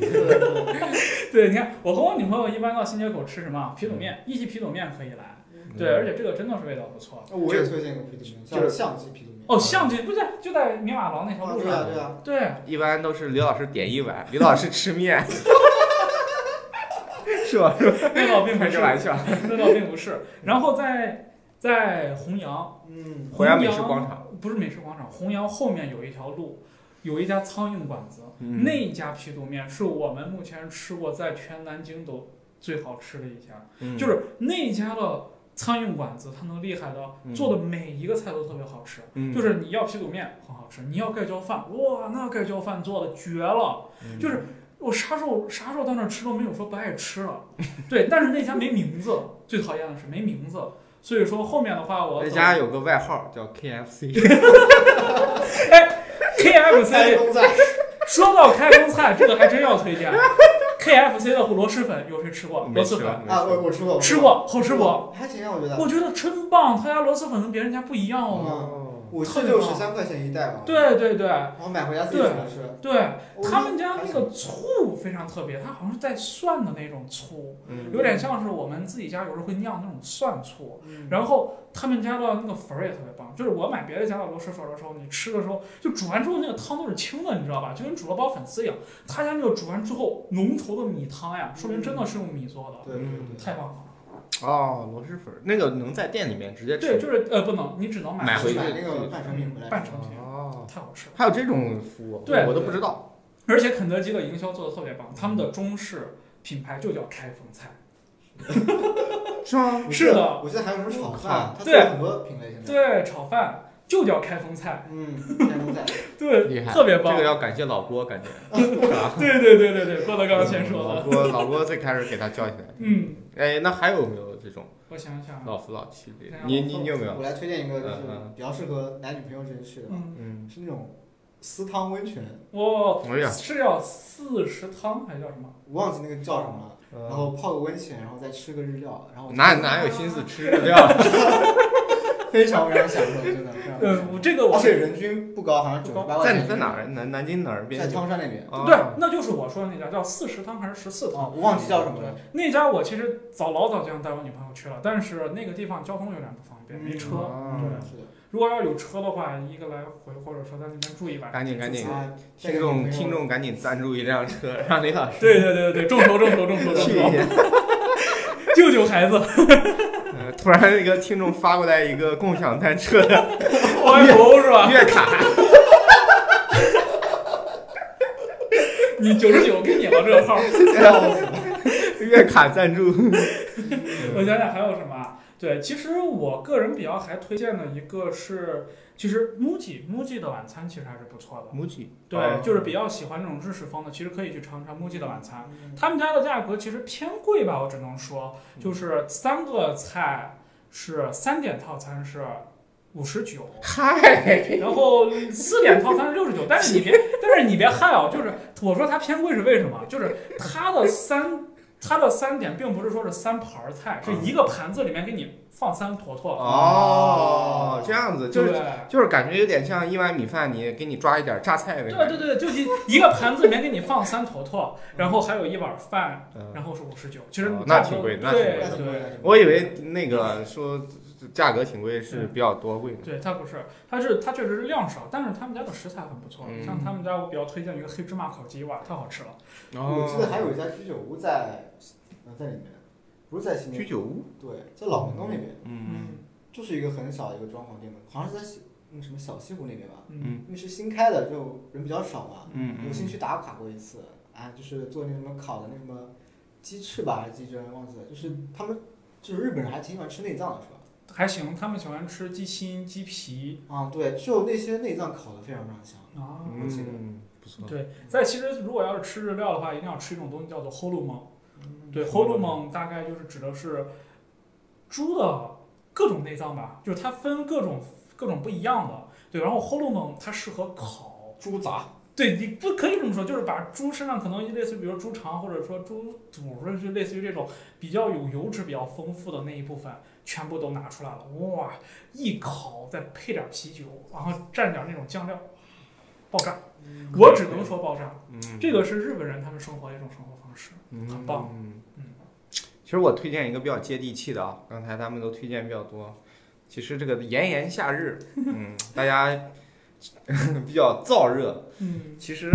S2: 对，你看我和我女朋友一般到新街口吃什么皮肚面，一级皮肚面可以来。
S3: 嗯
S2: 对，而且这个真的是味道不错。
S5: 我也推荐一个皮肚面，
S3: 就是
S5: 叫
S3: 哦
S5: 相机皮肚面。
S2: 哦，象棋不在就在明马廊那条
S5: 啊
S2: 路
S5: 对啊
S2: 上。
S5: 对啊，
S2: 对，
S3: 一般都是刘老师点一碗，刘老师 吃面，是吧？ 是吧？
S2: 那倒并不
S3: 开
S2: 是
S3: 个，玩笑，
S2: 那倒并不是。然后在在弘扬，
S5: 嗯，
S3: 淮安美食广场
S2: 不是美食广场，弘扬后面有一条路，有一家苍蝇馆子，
S3: 嗯
S2: 那一家皮肚面是我们目前吃过在全南京都最好吃的一家，
S3: 嗯
S2: 就是是那一家的苍蝇馆子，它能厉害到
S3: 嗯
S2: 做的每一个菜都特别好吃，
S3: 嗯
S2: 就是你要皮肚面很好吃，你要盖浇饭，哇，那盖浇饭做的绝了，
S3: 嗯
S2: 就是我啥时候啥时候到那儿吃都没有说不爱吃 了，对，但是那家没名字，最讨厌的是没名字，所以说后面的话我
S3: 那家有个外号叫 KFC，
S5: 开
S2: KFC
S5: 封在
S2: 说到开封菜，这个还真要推荐 KFC 的螺蛳粉，有谁吃过？
S3: 没
S2: 螺蛳
S3: 吃
S2: 粉
S3: 过
S5: 啊，我我吃过，我
S2: 吃，过，好吃不？
S5: 过，还行啊，我觉得。
S2: 我觉得真棒，他家螺蛳粉跟别人家不一样哦。
S3: 哦，
S5: 五十六十三块钱一袋嘛。。
S2: 对对对
S5: 然后买回家自己煮着吃。
S2: 对，
S5: 我
S2: 他们家那
S5: 还行
S2: 个醋非常特别，它好像是带蒜的那种醋，
S3: 嗯
S2: 有点像是我们自己家有时候会酿那种蒜醋。
S5: 嗯
S2: 然后他们家的那个粉儿也特别棒，就是我买别的家的螺蛳粉儿的时候，你吃的时候就煮完之后那个汤都是清的，你知道吧？就跟煮了包粉丝一样。他家那个煮完之后浓稠的米汤呀，说明真的是用米做的，
S5: 对对对。
S2: 太棒了。
S3: 哦，螺蛳粉那个能在店里面直接
S2: 对，
S3: 吃，
S2: 就是呃不能，你只能买
S3: 买回去
S5: 买那个半成品回来。
S2: 半成品，
S3: 哦，
S2: 太好吃了。
S3: 还有这种服务，
S2: 对
S3: 我都不知道。
S2: 而且肯德基的营销做的特别棒，他们的中式品牌就叫开封菜。是的嗯
S3: 是吗？
S5: 我记得我记得还有什么炒
S3: 哇
S5: 饭，它做
S2: 对
S5: 了很多品类现在。
S2: 对，炒饭就叫开封菜，
S5: 嗯，开 封菜。
S2: 对，
S6: 厉害
S2: 特别
S3: 这
S2: 棒
S3: 个。要感谢老郭，感觉是吧？
S2: 对对对对对，郭德纲先说
S3: 老
S2: 的。
S3: 郭，老郭最开始给他叫起来。
S2: 嗯，
S3: 哎，那还有没有这种
S2: 我想一想啊，
S3: 老夫老妻类的
S2: 对啊？
S3: 你
S2: 老夫
S3: 你你有没有
S5: 我？来推荐一个，就是
S3: 嗯
S5: 比较适合男女朋友之间去的，
S2: 嗯，
S3: 嗯，
S5: 是那种私汤温泉，
S2: 我
S3: 哎呀，
S2: 是要四食汤还是叫什么？
S5: 我忘记那个叫什么了。
S3: 然
S5: 然后泡个温泉，然后再吃个日料，然后
S3: 哪哪有心思 吃日料？
S5: 非常非常享受，真的非常。
S2: 呃，我这个我
S5: 而且人均不高，好像九十八块
S3: 在
S5: 钱。
S3: 在哪？儿？南南京哪儿边？
S5: 在汤山那边。
S3: 啊
S2: 对，那就是我说的那家叫四食汤还是十四
S5: 哦，
S2: 汤？
S5: 我忘记叫什么了。
S2: 那家我其实早老早就想带我女朋友去了，但是那个地方交通有点不方便，没车。
S3: 嗯
S2: 对，
S5: 是的。
S2: 如果要有车的话，一个来回或者说在那边住一晚上。
S3: 赶紧赶紧
S5: 啊，这
S3: 听
S5: 个
S3: 众
S5: 女朋友
S3: 听。众赶紧赞助一辆车，让雷老师
S2: 对对对对对，众筹众筹众筹众
S3: 去一
S2: 筹，
S3: 下。
S2: 救救孩子！
S3: 呃突然那个听众发过来一个共享单车的
S2: 歪头是吧？
S3: 月卡，
S2: 你九十九给你了这个号。
S3: 月卡赞助。
S5: 嗯
S2: 我想想还有什么啊？对，其实我个人比较还推荐的一个是，其实 MUJI MUJI 的晚餐其实还是不错的。
S3: 母鸡
S2: 对，就是比较喜欢这种日式风的，其实可以去尝尝 MUJI 的晚餐。他们家的价格其实偏贵吧，我只能说，就是三个菜是三点套餐是五十九，
S3: 嗨，
S2: 然后四点套餐是六十九，但是你 别，但是你别害哦，就是我说它偏贵是为什么？就是它的三，它的三点并不是说是三盘儿菜，是一个盘子里面给你放三坨
S3: 啊
S2: 坨，
S3: 哦，这样子就是
S2: 对。
S3: 就是感觉有点像一碗米饭，你给你抓一点榨菜的
S2: 对
S3: 感
S2: 对
S3: 觉。
S2: 对，就一一个盘子里面给你放三坨坨，然后还有一碗饭，
S3: 嗯，
S2: 然后是五十九。其实
S3: 哦那
S2: 差不多
S3: 挺贵那挺
S2: 对
S3: 贵
S5: 那挺贵
S2: 对
S5: 的
S3: 我以为那个说价格挺贵是比较多贵呢。
S2: 对，它不是，它是它确实是量少，但是他们家的食材很不错。
S3: 嗯
S2: 像他们家我比较推荐一个黑芝麻烤鸡，哇，太好吃了。
S3: 嗯
S5: 嗯我
S3: 哦
S5: 记得还有一家居酒屋在，呃，在里面，不是在新
S3: 居
S5: 店，
S3: 酒屋，
S5: 对，在老门东那边，
S3: 嗯，
S5: 就是一个很小的一个装潢店嘛，好像是在西那个什么小西湖那边吧，
S2: 嗯
S5: 因为是新开的，就人比较少嘛，
S3: 嗯
S5: 有幸去打卡过一次，啊，就是做那什么烤的那什么鸡翅吧还是鸡胗，忘记了，就是
S3: 嗯
S5: 他们就是日本人还挺喜欢吃内脏的是吧？
S2: 还行，他们喜欢吃鸡心、鸡皮
S5: 啊，对，就那些内脏烤的非常非常香，
S2: 啊
S5: 嗯
S3: 嗯，不错。
S2: 对，在其实如果要是吃日料的话，一定要吃一种东西叫做 h o l u m o n 对 h o l u m o n 大概就是指的是猪的各种内脏吧，就是它分各种各种不一样的，对。然后 h o l o m o n 它适合烤，
S3: 猪杂，
S2: 对你不可以这么说，就是把猪身上可能类似于比如猪肠或者说猪肚，或者是类似于这种比较有油脂比较丰富的那一部分，全部都拿出来了，哇，一烤再配点啤酒，然后蘸点那种酱料，爆炸！我只能说爆炸，
S3: 嗯，
S2: 这个是日本人他们生活的一种生活方式。很棒
S3: 嗯
S2: 嗯
S3: 其实我推荐一个比较接地气的啊，刚才他们都推荐比较多。其实这个炎炎夏日，嗯，大家 比较燥热，
S2: 嗯
S3: 其实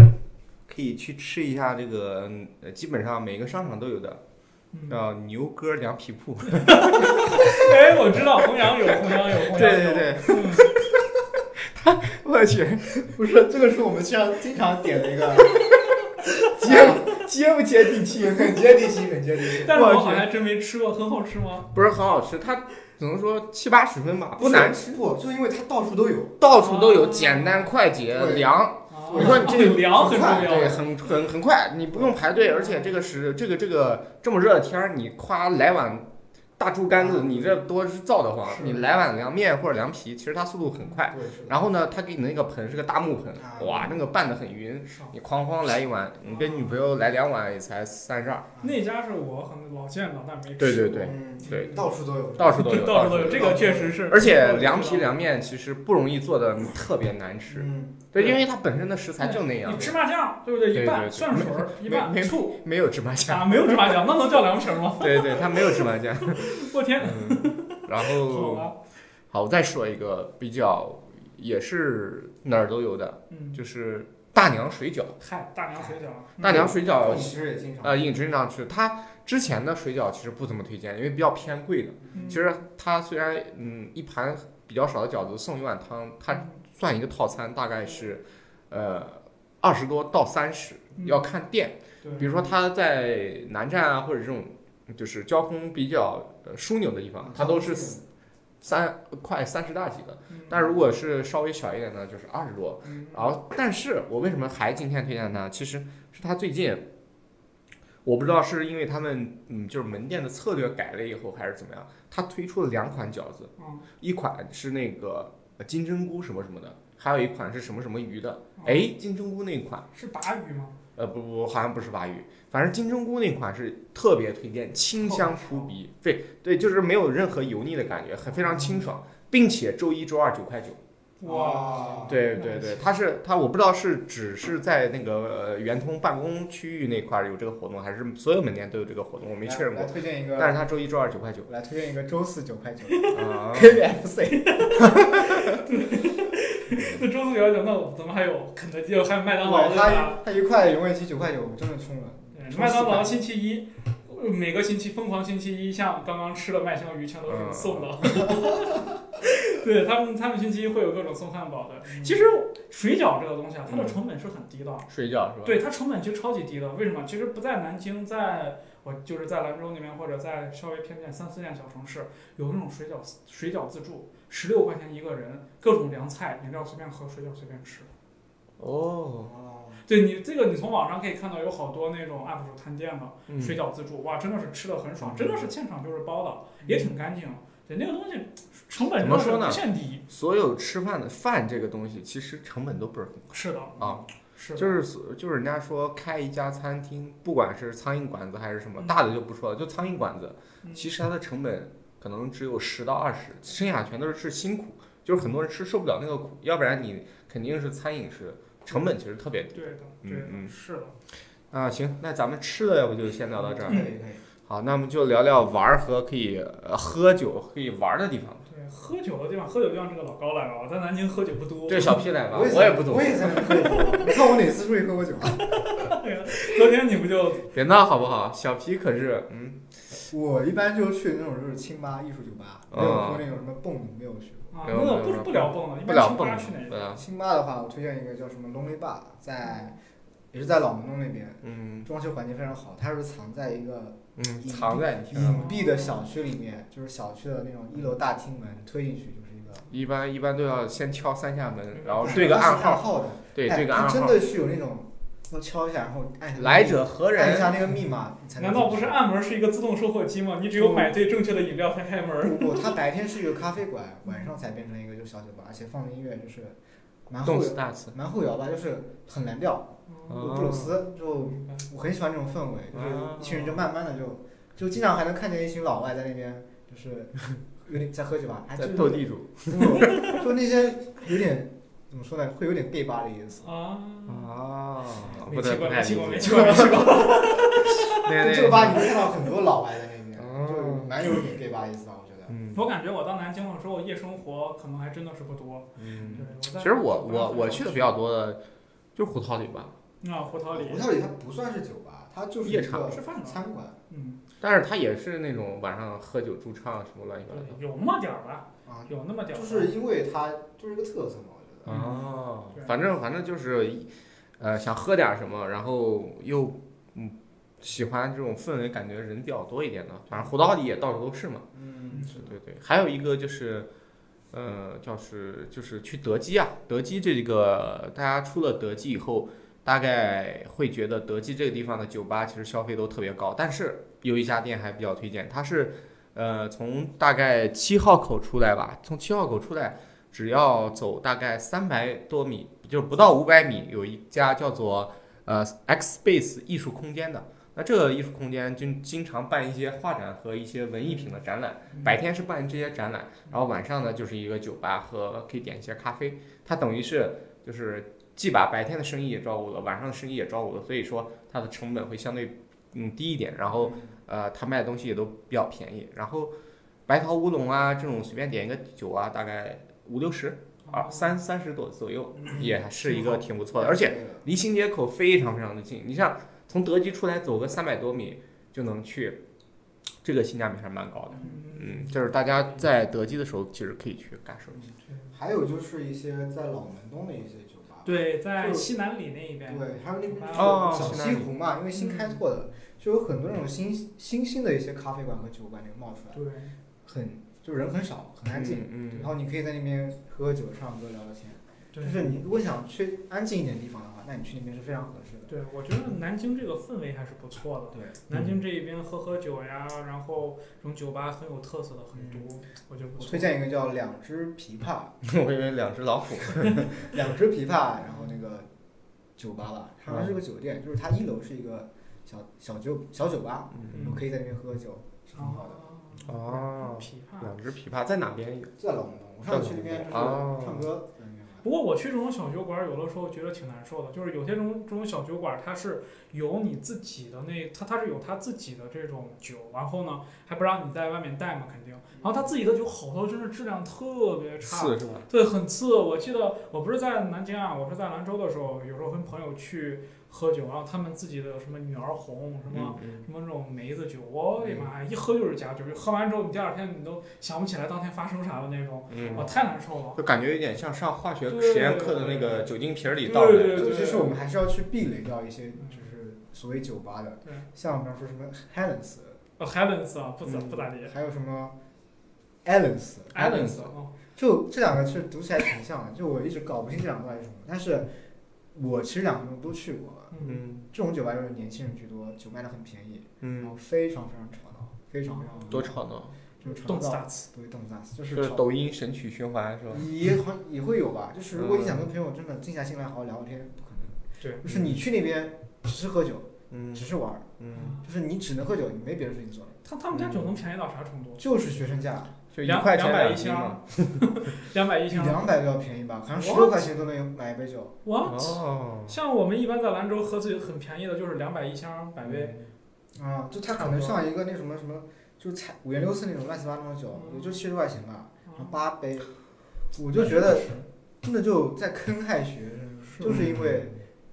S3: 可以去吃一下这个，呃基本上每个商场都有的，
S2: 嗯，
S3: 叫牛哥凉皮铺。
S2: 哎，我知道弘扬有，弘扬有，弘扬有。
S3: 对对对，
S2: 嗯
S3: 我去，
S4: 不是，这个是我们经常经常点的一个，
S3: 接接不接地 气？
S4: 很接地气，很接地气。
S2: 但是
S3: 我
S2: 我
S3: 去
S2: 好像真没吃过，很好吃吗？
S3: 不是很好吃，它只能说七八十分吧，不难吃，
S4: 不，就是因为它到处都有。
S3: 到处都有，简单快捷，
S4: 对
S3: 凉。
S2: 啊
S3: 我说你这
S2: 凉很重
S3: 对，
S2: 要。
S3: 很很很快，你不用排队，而且这个时这个这个这么热的天儿，你夸来碗大猪肝子，你这多是燥得慌
S2: 是。
S3: 你来碗凉面或者凉皮，其实它速度很快。
S4: 对，是的。
S3: 然后呢，他给你那个盆是个大木盆
S4: 啊，
S3: 哇，那个拌得很匀，
S2: 爽
S3: 你哐哐来一碗，你跟女朋友来两碗也才三十二。
S2: 那家是我很老见到，但没吃过。
S3: 对对对
S4: 嗯，
S3: 对
S4: 到处都有。
S3: 到处都有，
S2: 到处都
S3: 处
S2: 有，
S3: 有。
S2: 这个确实是。
S3: 而且凉皮凉面其实不容易做的特别难吃，
S4: 嗯，
S3: 对，因为它本身的食材就那样
S2: 你，芝麻酱对不对？
S3: 对
S2: 一
S3: 对对
S2: 半蒜水儿， 一半
S3: 没没
S2: 醋
S3: 没有芝麻 酱，
S2: 啊，没有芝麻酱，那能叫凉皮儿吗？
S3: 对对，它没有芝麻酱。
S2: 我天，
S3: 嗯，然
S2: 好
S3: 后
S2: 吧，
S3: 好，我再说一个比较也是哪儿都有的，
S2: 嗯，
S3: 就是大娘水饺。
S2: 嗨，大凉水饺，
S3: 大娘水饺，
S5: 嗯
S4: 其实也经常。
S3: 呃，饮食上吃，它之前的水饺其实不怎么推荐，因为比较偏贵的。
S2: 嗯
S3: 其实它虽然嗯一盘比较少的饺子送一碗汤，它
S2: 嗯
S3: 算一个套餐，大概是呃二十多到三十，
S2: 嗯
S3: 要看店。
S2: 对
S3: 比如说他在南站啊，或者这种就是交通比较呃枢纽的地方，它都是
S4: 嗯
S3: 三快三十大几的。
S2: 嗯
S3: 但如果是稍微小一点的，就是二十多。
S2: 嗯
S3: 然后，但是我为什么还今天推荐它？其实是它最近，我不知道是因为他们嗯就是门店的策略改了以后，还是怎么样，它推出了两款饺子，
S2: 嗯
S3: 一款是那个呃金针菇什么什么的，还有一款是什么什么鱼的。
S2: 哦
S3: 哎，金针菇那一款。
S2: 是鲅鱼吗？
S3: 呃，不不，好像不是鲅鱼，反正金针菇那款是特别推荐，清香扑鼻，对对，就是没有任何油腻的感觉，很非常清爽，并且周一周二九块九，
S2: 哇，
S3: 啊对对对，它是它，我不知道是只是在那个呃圆通办公区域那块儿有这个活动，还是所有门店都有这个活动，我没确认
S5: 来
S3: 过，
S5: 推荐一个，
S3: 但是它周一周二九 块九，
S5: 来推荐一个周四九 块九
S3: 啊
S5: KFC，
S2: 那周四小饺，那我怎么还有肯德基，还有麦当劳对吧？
S5: 它它一块永远鸡九块九，我真的冲了。
S2: 对嗯麦当劳星期一，呃每个星期疯狂星期一，像刚刚吃的麦香鱼全都是送的。 对他们，他们星期一会有各种送汉堡的。其实水饺这个东西啊，它的成本是很低的，
S3: 睡觉是吧？
S2: 对它成本其实超级低的。为什么？其实不在南京，在我就是在兰州那边，或者在稍微偏点三四线小城市，有那种水饺水饺自助，十六块钱一个人，各种凉菜、饮料随便喝，水饺随便吃。
S3: 哦，
S4: 哦
S2: 对你这个，你从网上可以看到有好多那种 UP 主探店的。
S3: 嗯
S2: 水饺自助，哇，真的是吃的很爽，真的是现场就是包的，也挺干净。对，那个东西成本
S3: 嗯怎么说
S2: 真的
S3: 呢
S2: 是无限低。
S3: 所有吃饭的饭这个东西，其实成本都不是很高
S2: 是的，
S3: 啊。
S2: 是的，
S3: 就是所就是人家说开一家餐厅，不管是苍蝇馆子还是什么
S2: 嗯
S3: 大的就不说了，就苍蝇馆子，
S2: 嗯
S3: 其实它的成本可能只有十到二十，剩下全都是吃辛苦，就是很多人吃受不了那个苦，要不然你肯定是餐饮吃，成本其实特别低。
S2: 对的，
S3: 嗯
S2: 对的，
S3: 嗯
S2: 是的。
S3: 啊，行，那咱们吃的要不就先聊到这儿
S5: 嗯
S4: 可。以可以。
S3: 好，那我们就聊聊玩儿和可以呃喝酒可以玩儿的地方。
S2: 对，喝酒的地方，喝酒地方这个老高来了，我在南京喝酒不多。
S3: 对，小 P 来吧，
S4: 我
S3: 我也不懂
S4: 我，也在那喝酒。你看我哪次出去喝过酒啊？
S2: 昨天你不就
S3: 别闹好不好？小 P 可是嗯，
S5: 我一般就去那种就是清吧、艺术酒吧，没有
S3: 啊
S5: 说那种什么蹦，没有去过。
S2: 啊，
S3: 没有
S2: 那个
S3: 没有没
S2: 不
S3: 有
S2: 不聊蹦了，一
S3: 嗯不
S2: 般
S3: 聊
S2: 清
S3: 蹦
S2: 吧
S3: 了
S2: 去哪，
S3: 对
S2: 个？
S3: 啊，
S5: 清吧的话，我推荐一个叫什么 Lonely Bar，在也是在老门东那边，
S3: 嗯
S5: 装修环境非常好。它是藏在一个
S3: 嗯，藏在你身上。
S5: 隐蔽的小区里面，就是小区的那种一楼大厅门推进去就是一个。
S3: 一般哦一般都要先敲三下门，然后
S5: 它是
S3: 对个
S5: 它是
S3: 暗
S5: 暗
S3: 号，
S5: 号的，
S3: 对
S5: 哎
S3: 对个
S5: 它
S3: 暗
S5: 真
S3: 号，
S5: 的是有那种要敲一下，然后按一下
S3: 来者何
S5: 按一
S3: 人？
S5: 下那个密码，你才能
S2: 难道不 是按门是一个自动售货机吗？你
S3: 嗯
S2: 只有买对正确的饮料才开门。
S5: 不不，它白天是一个咖啡馆，晚上才变成一个就是小酒吧，而且放的音乐就是蛮后
S3: 动哦次大次。
S5: 蛮后摇吧，就是很蓝调，
S3: 嗯
S5: 有布鲁斯，就我很喜欢这种氛围，就是
S3: 哦
S5: 一群人就慢慢的就就经常还能看见一群老外在那边就是有点在喝酒吧，啊还就
S3: 在
S5: 是
S3: 斗地主
S5: 就就那些有点怎么说呢，会有点 gay 吧的意思。
S2: 啊，
S5: 嗯
S3: 啊，
S2: 没
S3: 不
S2: 去
S3: 太
S2: 过，
S3: 不
S2: 没
S3: 太
S2: 去
S3: 理
S2: 过，没
S3: 解。
S2: 去过，没去 过。
S3: 对
S5: 就
S3: 对
S5: 这个吧，你会看到很多老外在那边，
S3: 哦
S5: 就蛮有点 gay 吧的意思吧，我觉得。
S3: 嗯
S2: 我感觉我到南京了之后，夜生活可能还真的是不多。对，
S3: 嗯，
S2: 我在
S3: 其实我我我去的比较多的就是胡桃里吧，
S2: 啊，胡桃里
S5: 胡，桃里它不算是酒吧，它就是一
S3: 夜
S5: 个
S3: 场
S2: 吃饭的
S5: 餐馆
S2: 嗯，
S3: 但是它也是那种晚上喝酒驻唱什么乱七八
S2: 对
S3: 糟。
S2: 有那么点儿吧，
S5: 啊，
S2: 有那么点儿
S5: 就
S2: 吧。
S5: 是因为它就是一个特色嘛，我觉得。
S3: 哦
S2: 对，
S3: 反正反正就是一，呃，想喝点什么，然后又嗯喜欢这种氛围，感觉人比较多一点的。反正胡桃里也到处都是嘛。
S5: 嗯，是
S3: 对对，还有一个就是，呃，叫是就是去德基啊，德基这个大家出了德基以后，大概会觉得德基这个地方的酒吧其实消费都特别高，但是有一家店还比较推荐，它是呃从大概七号口出来吧，从七号口出来只要走大概三百多米，就是不到五百米，有一家叫做呃 X Space 艺术空间的。那这个艺术空间经经常办一些画展和一些文艺品的展览，
S2: 嗯
S3: 白天是办这些展览，然后晚上呢就是一个酒吧和可以点一些咖啡。它等于是就是既把白天的生意也照顾了，晚上的生意也照顾了，所以说它的成本会相对嗯低一点。然后呃，它卖的东西也都比较便宜。然后白桃乌龙啊这种随便点一个酒啊，大概五六十啊三三十多左右，也是一个挺不
S5: 嗯
S3: 错的，而且离新街口非常非常的近。你像从德基出来走个三百多米就能去，这个性价比还是蛮高的。嗯，就是大家在德基的时候，其实可以去感受一下。
S5: 还有就是一些在老门东的一些酒吧，
S2: 对，在
S5: 就
S2: 西南里那一边，
S5: 对，还有那个就是
S3: 哦
S5: 小
S3: 是
S5: 西湖嘛，因为新开拓的，就有很多那种新新兴的一些咖啡馆和酒馆那个冒出来，
S2: 对，
S5: 很就人很少，很安静，
S3: 嗯
S5: 然，后你可以在那边喝喝酒、唱歌、聊聊天。
S2: 对
S5: 就是你如果想去安静一点地方的话，那你去那边是非常合适的。
S2: 对，我觉得南京这个氛围还是不错的。
S5: 对，
S2: 南
S3: 嗯
S2: 京这一边喝喝酒呀，然后这种酒吧很有特色的很多，我觉得不
S5: 嗯我
S2: 错。啊
S5: 推荐一个叫两只琵琶，
S3: 我以为两只老虎。
S5: 两只琵琶，然后那个酒吧吧，它好像
S2: 嗯
S5: 是个酒店，就是它一楼是一个小小酒小酒吧，
S2: 嗯
S5: 我们可以在那边喝酒，是很好的。
S2: 哦，
S3: 哦，
S2: 琵琶。
S3: 两只琵琶在哪边有？
S5: 在老门东，我上次去那边就是
S3: 哦
S5: 唱歌在那边玩。
S2: 不过我去这种小酒馆，有的时候觉得挺难受的，就是有些这种这种小酒馆，它是有你自己的那，它它是有它自己的这种酒，然后呢还不让你在外面带嘛，肯定。然后它自己的酒好多真是质量特别差，
S3: 刺是吧？
S2: 对，很次。我记得我不是在南京啊，我是在兰州的时候，有时候跟朋友去喝酒，然后他们自己的什么女儿红，什么、
S3: 嗯
S2: 什么这种梅子酒，我的妈呀，一喝就是假酒，就喝完之后你第二天你都想不起来当天发生啥的那种，我
S3: 嗯，
S2: 太难受了。
S3: 就感觉有点像上化学实验课的那个酒精瓶里倒
S2: 对
S3: 的。
S2: 对
S5: 就
S2: 对，
S5: 其实我们还是要去避雷掉一些
S2: 嗯
S5: 就是所谓酒吧的
S2: 对，
S5: 像比方说什么 Helens，
S2: 呃 Helens 啊，不咋
S5: 嗯
S2: 不咋地
S5: 还有什么 Allen's，
S2: ，Helens 啊，
S5: 就这两个其实读起来挺像的，就我一直搞不清这两个到底是什么，但是我其实两个都去过
S2: 嗯，
S5: 了。
S3: 嗯
S5: 这种酒吧就是年轻人居多，酒卖的很便宜，然后
S3: 嗯，
S5: 非常非常吵闹，非常非常
S3: 多吵闹！
S5: 就是吵
S2: 动次
S5: 到
S2: 打次，
S5: 对动次打次，就
S3: 就是是
S5: 吵
S3: 抖音神曲循环是吧？
S5: 也好也会有吧，就是如果你
S3: 嗯
S5: 想跟朋友真的静下心来好好聊天，不可能。
S2: 对
S5: 就是你去那边只是喝酒，
S3: 嗯
S5: 只是玩儿，
S3: 嗯，
S5: 就是你只能喝酒，你没别的事情做了，
S2: 他他们家酒能便宜到啥程度？
S5: 就是学生价，
S3: 就一
S2: 两
S3: 块
S2: 两
S3: 钱
S2: 百一
S3: 两斤嘛。
S2: 箱，两百一
S5: 比
S2: 箱，
S5: 两百都要便宜吧，好像十六块钱都能买一杯酒。
S2: 哇！
S3: 哦，
S2: 像我们一般在兰州喝最很便宜的就是两百一箱百威，
S3: 嗯
S5: 啊，就它可
S2: 差
S5: 能
S2: 不多
S5: 像一个那什么什么，就是彩五颜六色那种乱七八糟的酒，
S2: 嗯
S5: 也就七十块钱吧，然后
S2: 啊
S5: 八杯，我就觉得
S2: 是
S5: 真的就在坑害学生，就是因为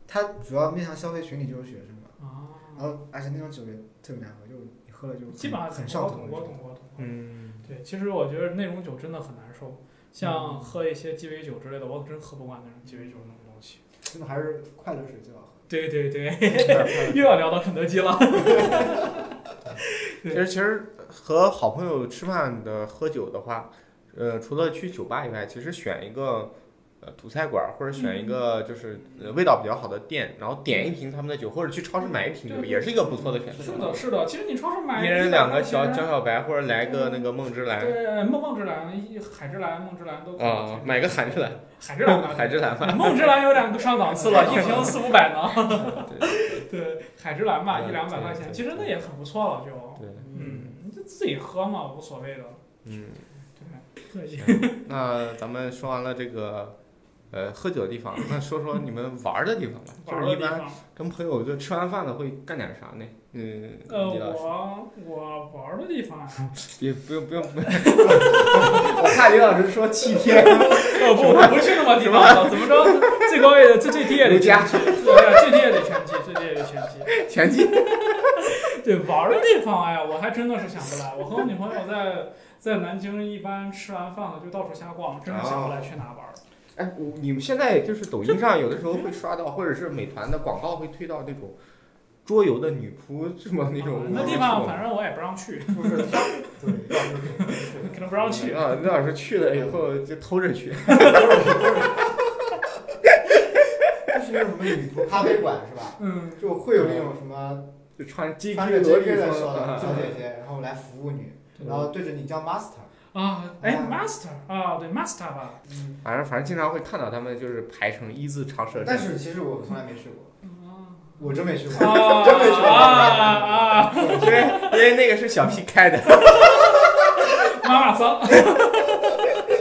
S5: 它主要面向消费群体就是学生嘛，然
S2: 啊，
S5: 后而且那种酒也特别难喝，就你喝了就
S2: 基本上
S5: 很很上
S2: 我
S5: 头
S2: 懂，
S5: 那
S2: 我
S5: 种。
S2: 懂，我懂。
S3: 嗯，
S2: 对，其实我觉得那种酒真的很难受，像喝一些鸡尾酒之类的，我真喝不惯那种鸡尾酒那种东西。
S5: 真的还是快乐水最好喝。
S2: 对对对， 又要聊到肯德基了。
S3: 其实其实和好朋友吃饭的喝酒的话，呃，除了去酒吧以外，其实选一个呃土菜馆儿，或者选
S2: 嗯
S3: 一个就是呃味道比较好的店，然后点一瓶他们的酒，或者去超市买一瓶酒，
S2: 对
S3: 也是一个不错的选择。
S2: 是的，是的。其实你超市买
S3: 一
S2: 100
S3: 人两
S2: 块
S3: 个
S2: 钱
S3: 小小小白，或者来个那个梦之蓝
S2: 对，梦梦之蓝、一海之蓝、梦之蓝都可以。
S3: 啊，买个海之蓝，
S2: 海之蓝吧，
S3: 海之蓝吧。
S2: 梦之蓝有点上档次 了，一瓶四五百呢。 对，海之蓝吧，
S3: 嗯
S2: 一两百块
S3: 对
S2: 钱，
S3: 对
S2: 其实那也很不错了，就
S3: 对，
S2: 嗯，你就自己喝嘛，无所谓的。
S3: 嗯，
S2: 对，可以。
S3: 那咱们说完了这个呃喝酒的地方，那说说你们玩儿的地方吧，就
S2: 玩
S3: 是
S2: 的
S3: 一
S2: 地
S3: 般
S2: 方，
S3: 跟朋友就吃完饭了会干点啥呢？嗯，
S2: 呃，
S3: 李老师
S2: 我我玩的地方 啊，
S3: 也不用不用，
S5: 我看李老师说七 天，
S2: 呃，不，我不去那么地方了，怎么着，最高也最最低也得
S3: 儒家
S2: 拳击，对哎最低也得拳击，最低也得拳击。
S3: 拳击
S2: 对玩儿的地方，哎呀，我还真的是想不来。我和我女朋友在在南京，一般吃完饭了就到处瞎逛，真的想不来去哪玩儿。
S3: 哎，我你们现在就是抖音上有的时候会刷到，或者是美团的广告会推到那种桌游的女仆是吗？那种
S2: 啊嗯那地方反正我也不让去，
S5: 不嗯是 他，对，
S2: 可能不让去。
S3: 啊，那要是去了以后就偷着去，
S5: 就是那种什么女仆咖啡馆是吧？
S2: 嗯，
S5: 就会有那种什么
S3: 就穿 G
S5: 穿
S3: Q
S5: 着
S3: 萝
S5: J
S3: 莉
S5: K 的
S3: 风
S5: 小
S3: 啊
S5: 小姐姐，然后来服务你，然后对着你叫 master，
S2: 啊，哎
S5: 啊
S2: ，master 啊，对 master 吧，
S5: 嗯，
S3: 反正反正经常会看到他们就是排成一字长蛇
S5: 但
S3: 阵。
S5: 是其实我从来没去过，
S2: 啊
S5: 我真没去过，真没去过。
S2: 哦啊啊，
S3: 因为因为那个是小 P 开的，
S2: 妈妈桑。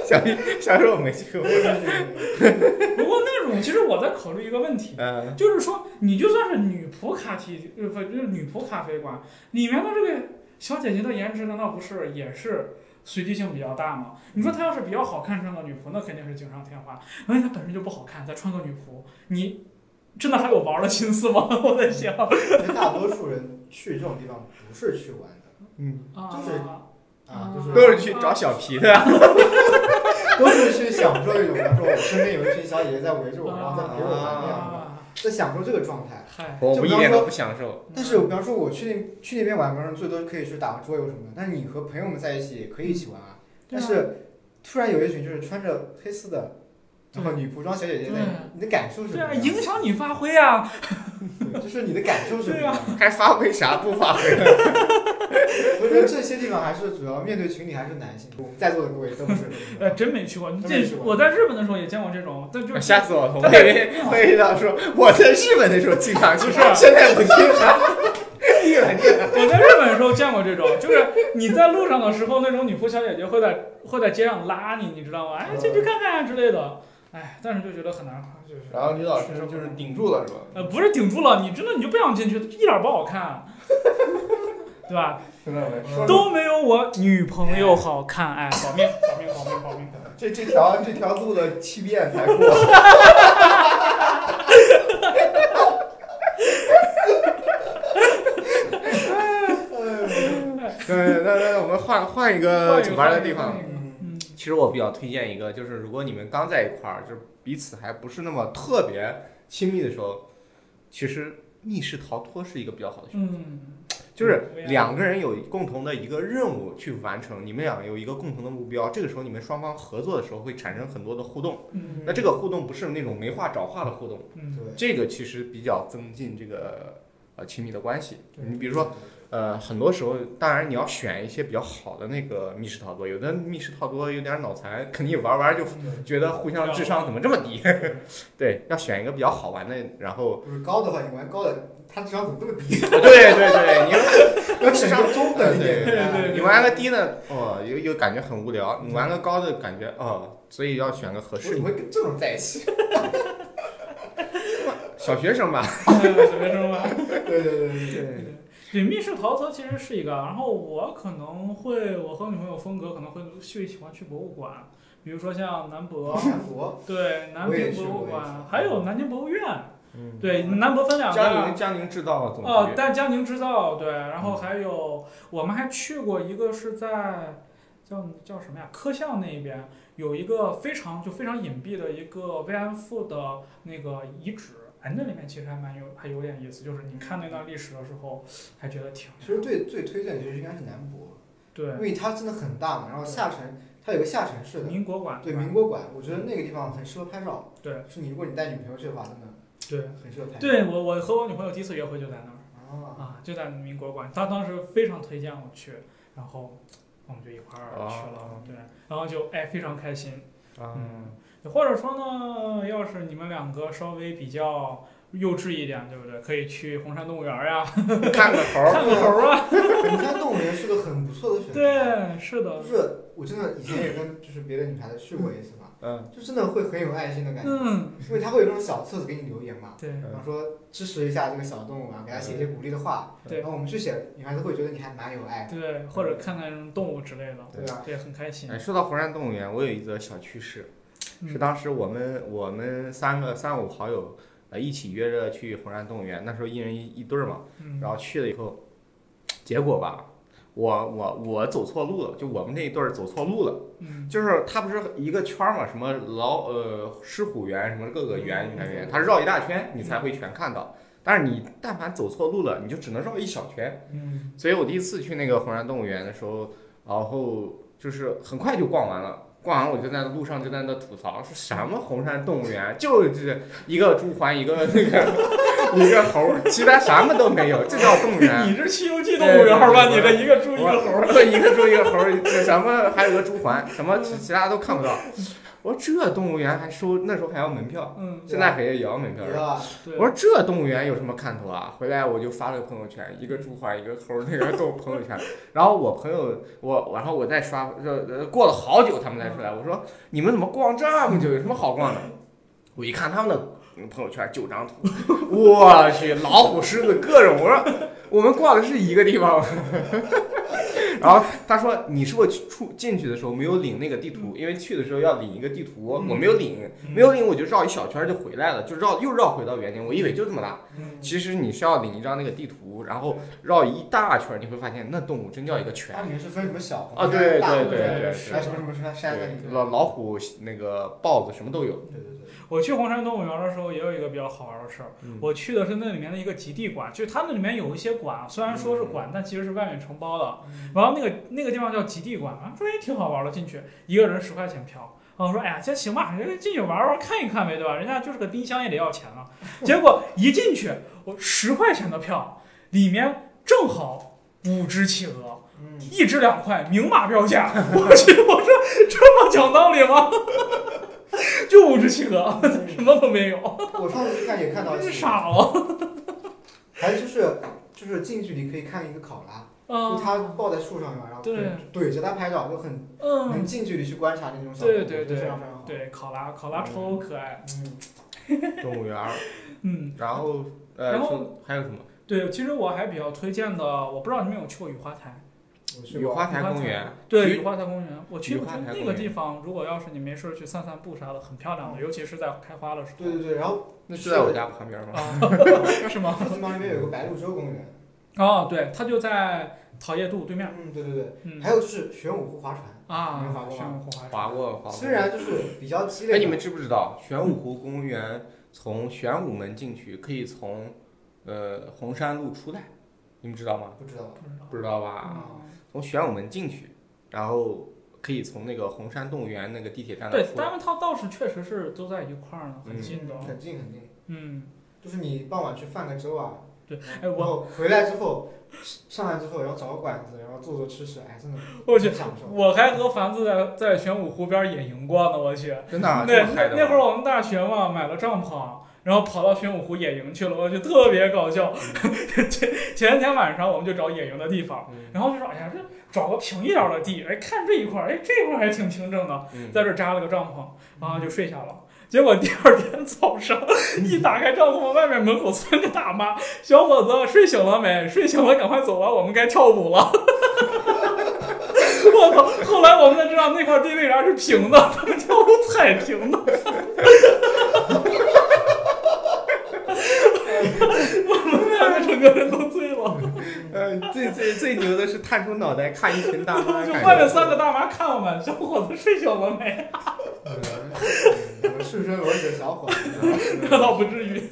S3: 小 P 小时候我没去过。
S2: 不过那种，其实我在考虑一个问题，
S3: 嗯，
S2: 就是说，你就算是女仆咖啡，呃，不就是女仆咖啡馆里面的这个小姐姐的颜值，难道不是也是随机性比较大吗？你说她要是比较好看，穿个女仆，那肯定是锦上添花。万一她本身就不好看，再穿个女仆，你真的还有玩儿的心思吗？ 我在想，
S5: 其实大多数人去这种地方不是去玩的就是
S2: 啊，
S5: 啊，就是
S3: 都
S2: 哦
S3: 是去找小 P 的。
S5: 都是去享受一种，比方说我身边有一群小姐姐在围着我，然后在陪我玩那样的，
S2: 啊，
S5: 在享受这个状态。
S2: 嗨，
S3: 我我一点都不享受。
S5: 但是，比方说我去那去那边玩，比方说最多可以去打个桌游什么的，但是你和朋友们在一起也可以一起玩啊。
S2: 对
S5: 但
S2: 啊
S5: 是突然有一群就是穿着黑丝的，然后女仆装小姐姐在
S2: 对，
S5: 你的感受是什
S2: 对
S5: 么
S2: 啊，
S5: 样
S2: 影响你发挥啊，
S5: 对就是你的感受是什么
S2: 对啊
S5: 样的？
S3: 还发挥啥不 发挥？
S5: 所以说这些地方还是主要面对群体还是男性，我们在座的各位都不是。
S2: 呃，真没去过。你
S5: 真没去
S2: 这
S5: 过
S2: 我在日本的时候也见过这种，但就是
S3: 吓死我了！我以为我以为他说我在日本的时候经常去，现在不经常。日本这
S2: 我在日本的时候见过这种， 就是你在路上的时候，那种女仆小姐姐会在会在街上拉你，你知道吗？
S5: 嗯
S2: 哎，进去看看啊之类的。哎，但是就觉得很难，就是
S3: 然后李老师就是顶住了，是吧？
S2: 呃不是顶住了，你真的你就不想进去，一点不好看，啊 对吧？都没有我女朋友好看，哎，保命保命保命保命！
S3: 这这条这条路的七遍才过。对，那那我们换换一个酒吧的地方。
S2: 嗯，
S3: 其实我比较推荐一个，就是如果你们刚在一块儿，就是彼此还不是那么特别亲密的时候，其实密室逃脱是一个比较好的选择。
S2: 嗯，
S3: 就是
S2: 嗯
S3: 两个人有共同的一个任务去完成，你们俩有一个共同的目标，这个时候你们双方合作的时候会产生很多的互动。
S2: 嗯
S3: 那这个互动不是那种没话找话的互动，
S2: 嗯，
S5: 对
S3: 这个其实比较增进这个呃亲密的关系。
S5: 对
S3: 你比如说，呃，很多时候当然你要选一些比较好的那个密室逃脱，有的密室逃脱有点脑残，肯定玩玩就
S2: 嗯
S3: 觉得互相智商怎么这么低。 对，要选一个比较好玩的，然后
S5: 不是高的话，你玩高的，他智商怎么这么低？
S3: 哦对对对，你要
S5: 要智商中等一点。
S2: 对对
S3: 你玩个低的，哦，又又感觉很无聊；你玩个高的，感觉哦，所以要选个合
S5: 我
S3: 适
S5: 怎
S3: 的
S5: 么。会跟这种在一起？
S3: 小学生吧，
S2: 小学生吧。
S5: 对对对对对。
S3: 对，
S2: 对，密室逃脱其实是一个，啊然后我可能会，我和女朋友风格可能会去喜欢去博物馆，比如说像南 博，
S5: 韩国，
S2: 对，南
S5: 我也
S2: 京
S5: 去
S2: 博物
S5: 我也
S2: 馆，
S5: 去
S2: 还有南京博物院，
S3: 嗯，
S2: 对，南博分两
S3: 江宁
S2: 个。啊
S3: 江宁制造总
S2: 哦，
S3: 局，
S2: 但江宁织造对，然后还有我们还去过一个是在叫叫什么呀？科巷那边有一个非常就非常隐蔽的一个慰安妇的那个遗址，哎，那里面其实还蛮有还有点意思，就是你看那段历史的时候，还觉得挺
S5: 其实最最推荐的其实应该是南博，
S2: 对
S5: 因为它真的很大嘛，然后下沉它有个下沉式的，
S2: 民国馆
S5: 对
S2: 吧
S5: 民国馆，我觉得那个地方很适合拍照。
S2: 对，
S5: 是你如果你带女朋友去的话，真的
S2: 对，
S5: 很适合拍。，
S2: 对我我和我女朋友第一次约会就在那儿
S5: 啊，
S2: 啊，就在民国馆，她当时非常推荐我去，然后我们就一块儿去了，
S3: 哦
S2: 对，然后就哎非常开心，
S3: 啊
S2: 嗯，或者说呢，要是你们两个稍微比较幼稚一点，对不对？可以去红山动物园儿呀，
S3: 看个猴
S2: 看个
S3: 儿，
S2: 猴儿啊。
S5: 红山动物园是个很不错的选 择。，
S2: 对，是
S5: 就
S2: 的，
S5: 是我真的以前也跟就是别的女孩子去过一次嘛，
S3: 嗯，
S5: 就真的会很有爱心的感觉，
S2: 嗯，
S5: 因为它会有那种小册子给你留言嘛，
S2: 对
S5: 比
S3: 嗯
S5: 方说支持一下这个小动物啊，给它写一些鼓励的话，
S2: 对
S5: 然后我们去写，女孩子会觉得你还蛮有爱的，
S2: 对，或者看看动物之类的，
S5: 对吧？
S2: 对，很开心
S3: 哎，。说到红山动物园，我有一则小趣事，
S2: 嗯
S3: 是当时我们我们三个三五好友，呃，一起约着去红山动物园，那时候一人一一对儿嘛，
S2: 嗯，
S3: 然后去了以后，结果吧，我我我走错路了，就我们这一对儿走错路了，
S2: 嗯，
S3: 就是它不是一个圈儿嘛，什么老呃狮虎园什么各个园园园，它绕一大圈你才会全看到，但是你但凡走错路了，你就只能绕一小圈，
S2: 嗯，
S3: 所以我第一次去那个红山动物园的时候，然后就是很快就逛完了。逛完我就在路上就在那吐槽，说什么红山动物园，就是一个猪环，一个那个一个猴儿，其他什么都没有，这叫动物园？
S2: 你这《西游记》
S3: 对
S2: 动物园儿吧？
S3: 对
S2: 你这一个猪一个猴儿，
S3: 我对，一个猪一个猴儿，这什么还有个猪环，什么其其他都看不到。我说这动物园还收那时候还要门票，
S2: 嗯，
S3: 现在还也要门票
S5: 你
S3: 是
S5: 知
S3: 吧。
S5: 道吧？
S2: 对，
S3: 我说这动物园有什么看头啊？回来我就发了个朋友圈，一个猪环，一个猴儿，那个动物朋友圈。然后我朋友，我然后我再刷，呃，呃过了好久他们才出来。我说你们怎么逛这么久？有什么好逛的？我一看他们的嗯朋友圈九张图，我去，老虎、狮子各种。我说我们逛的是一个地方 吗。然后他说：“你是不是出进去的时候没有领那个地图？因为去的时候要领一个地图，我没有领。
S2: 嗯
S3: 没有领我就绕一小圈儿就回来了，就绕又绕回到原点。我以为就这么大，
S2: 嗯，
S3: 其实你是要领一张那个地图，然后绕一大圈儿，你会发现那动物真叫一个全
S5: 它里面是分什么小
S3: 啊！对
S5: 大
S3: 对
S5: 红
S3: 对
S5: 山
S3: 对
S5: 还有什么什么什么山那里
S3: 对，对，老老虎、那个豹子什么都 有。
S5: 对对对，
S2: 我去红山动物园儿的时候，也有一个比较好玩儿的事儿。
S3: 嗯
S2: 我去的是那里面的一个极地馆，就是它那里面有一些馆，虽然说是
S3: 嗯
S2: 馆，但其实是外面承包的。然后那个那个地方叫极地馆，啊，说哎挺好玩儿的，进去一个人十块钱票。然后说哎呀，先行吧，人家进去玩儿玩儿看一看呗，对吧？人家就是个冰箱也得要钱 了。结果一进去，我十块钱的票，里面正好五只企鹅，
S5: 嗯，
S2: 一只两块，明码标价。 我去，我说这么讲道理吗？ 就五只企鹅，什么都没有。
S5: 我上次看也看到，
S2: 真是傻了。
S5: 还有就是就是近距离可以看一个考拉，就它
S2: 嗯，
S5: 抱在树上嘛，然后
S2: 对
S5: 怼着它拍照，就很能
S2: 嗯，
S5: 近距离去观察那种小动物，
S2: 对对对
S5: 非常非常好。
S2: 对，考拉，考拉超可爱。
S5: 嗯，
S3: 动物园儿，
S2: 嗯，
S3: 然后呃，
S2: 然后
S3: 说还有什么？
S2: 对，其实我还比较推荐的，我不知道你们有去过雨花台。
S5: 我去
S3: 雨
S5: 过。
S3: 花台公园，
S2: 对，
S3: 雨
S2: 雨花台公园，我去
S3: 雨
S2: 过
S3: 花台公
S2: 那
S3: 园
S2: 个地方，如果要是你没事儿去散散步啥的，很漂亮的，尤其是在开花的时候。
S5: 对对对，然后
S3: 那就在我家旁边吗？
S2: 啊，是吗？
S5: 附近旁边有个白鹭洲公园，
S2: 哦，对，它就在桃叶渡对面。
S5: 嗯，对对对，
S2: 嗯
S5: 还有就是玄武湖划船，你
S2: 啊
S5: 们滑，过吗
S2: 玄武湖划
S3: 划
S2: 船。
S3: 过，划过。
S5: 虽然就是比较激烈，
S3: 哎，你们知不知道玄武湖公园从玄武门进去，可以从呃红山路出来，你们知道吗？
S5: 不知道吧？
S2: 不知道
S3: 不知道吧？
S2: 啊
S3: 从玄武门进去，然后可以从那个红山动物园那个地铁站那
S2: 对，
S3: 出来
S2: 他。们它倒是确实是都在一块儿呢，很
S3: 嗯
S2: 近的。哦
S5: 很近很近，
S2: 嗯，
S5: 就是你傍晚去泛个舟啊，
S2: 对哎，
S5: 然
S2: 我
S5: 后回来之后，上来之后，然后找个馆子，然后坐坐吃吃，哎，真的
S2: 我去
S5: 很享受。
S2: 我还和凡子在在玄武湖边儿野营过呢，我去。
S3: 真的、啊，
S2: 那
S3: 这么嗨的吗
S2: 那会儿我们大学嘛，买了帐篷，然后跑到玄武湖野营去了，我就特别搞笑。 前前天晚上我们就找野营的地方，
S3: 嗯
S2: 然后就说，哎呀，这找个平一点的地，哎，看这一块儿，哎，这块儿还挺平整的，
S3: 嗯
S2: 在这儿扎了个帐篷，然后就睡下了。结果第二天 早上一打开帐篷，外面门口窜个大妈，小伙子睡醒了没？睡醒了赶快走吧，啊我们该跳舞了。 我操！后来我们才知道那块地为啥是平的，他们跳舞踩平的。 我们两个整个人都醉了，
S3: 呃，最最最牛的是探出脑袋看一群大妈，
S2: 就
S3: 感觉
S2: 外面三个大妈看我们，小伙子睡醒了没？
S5: 我呃是不是我是个小伙子？
S2: 那倒不至于。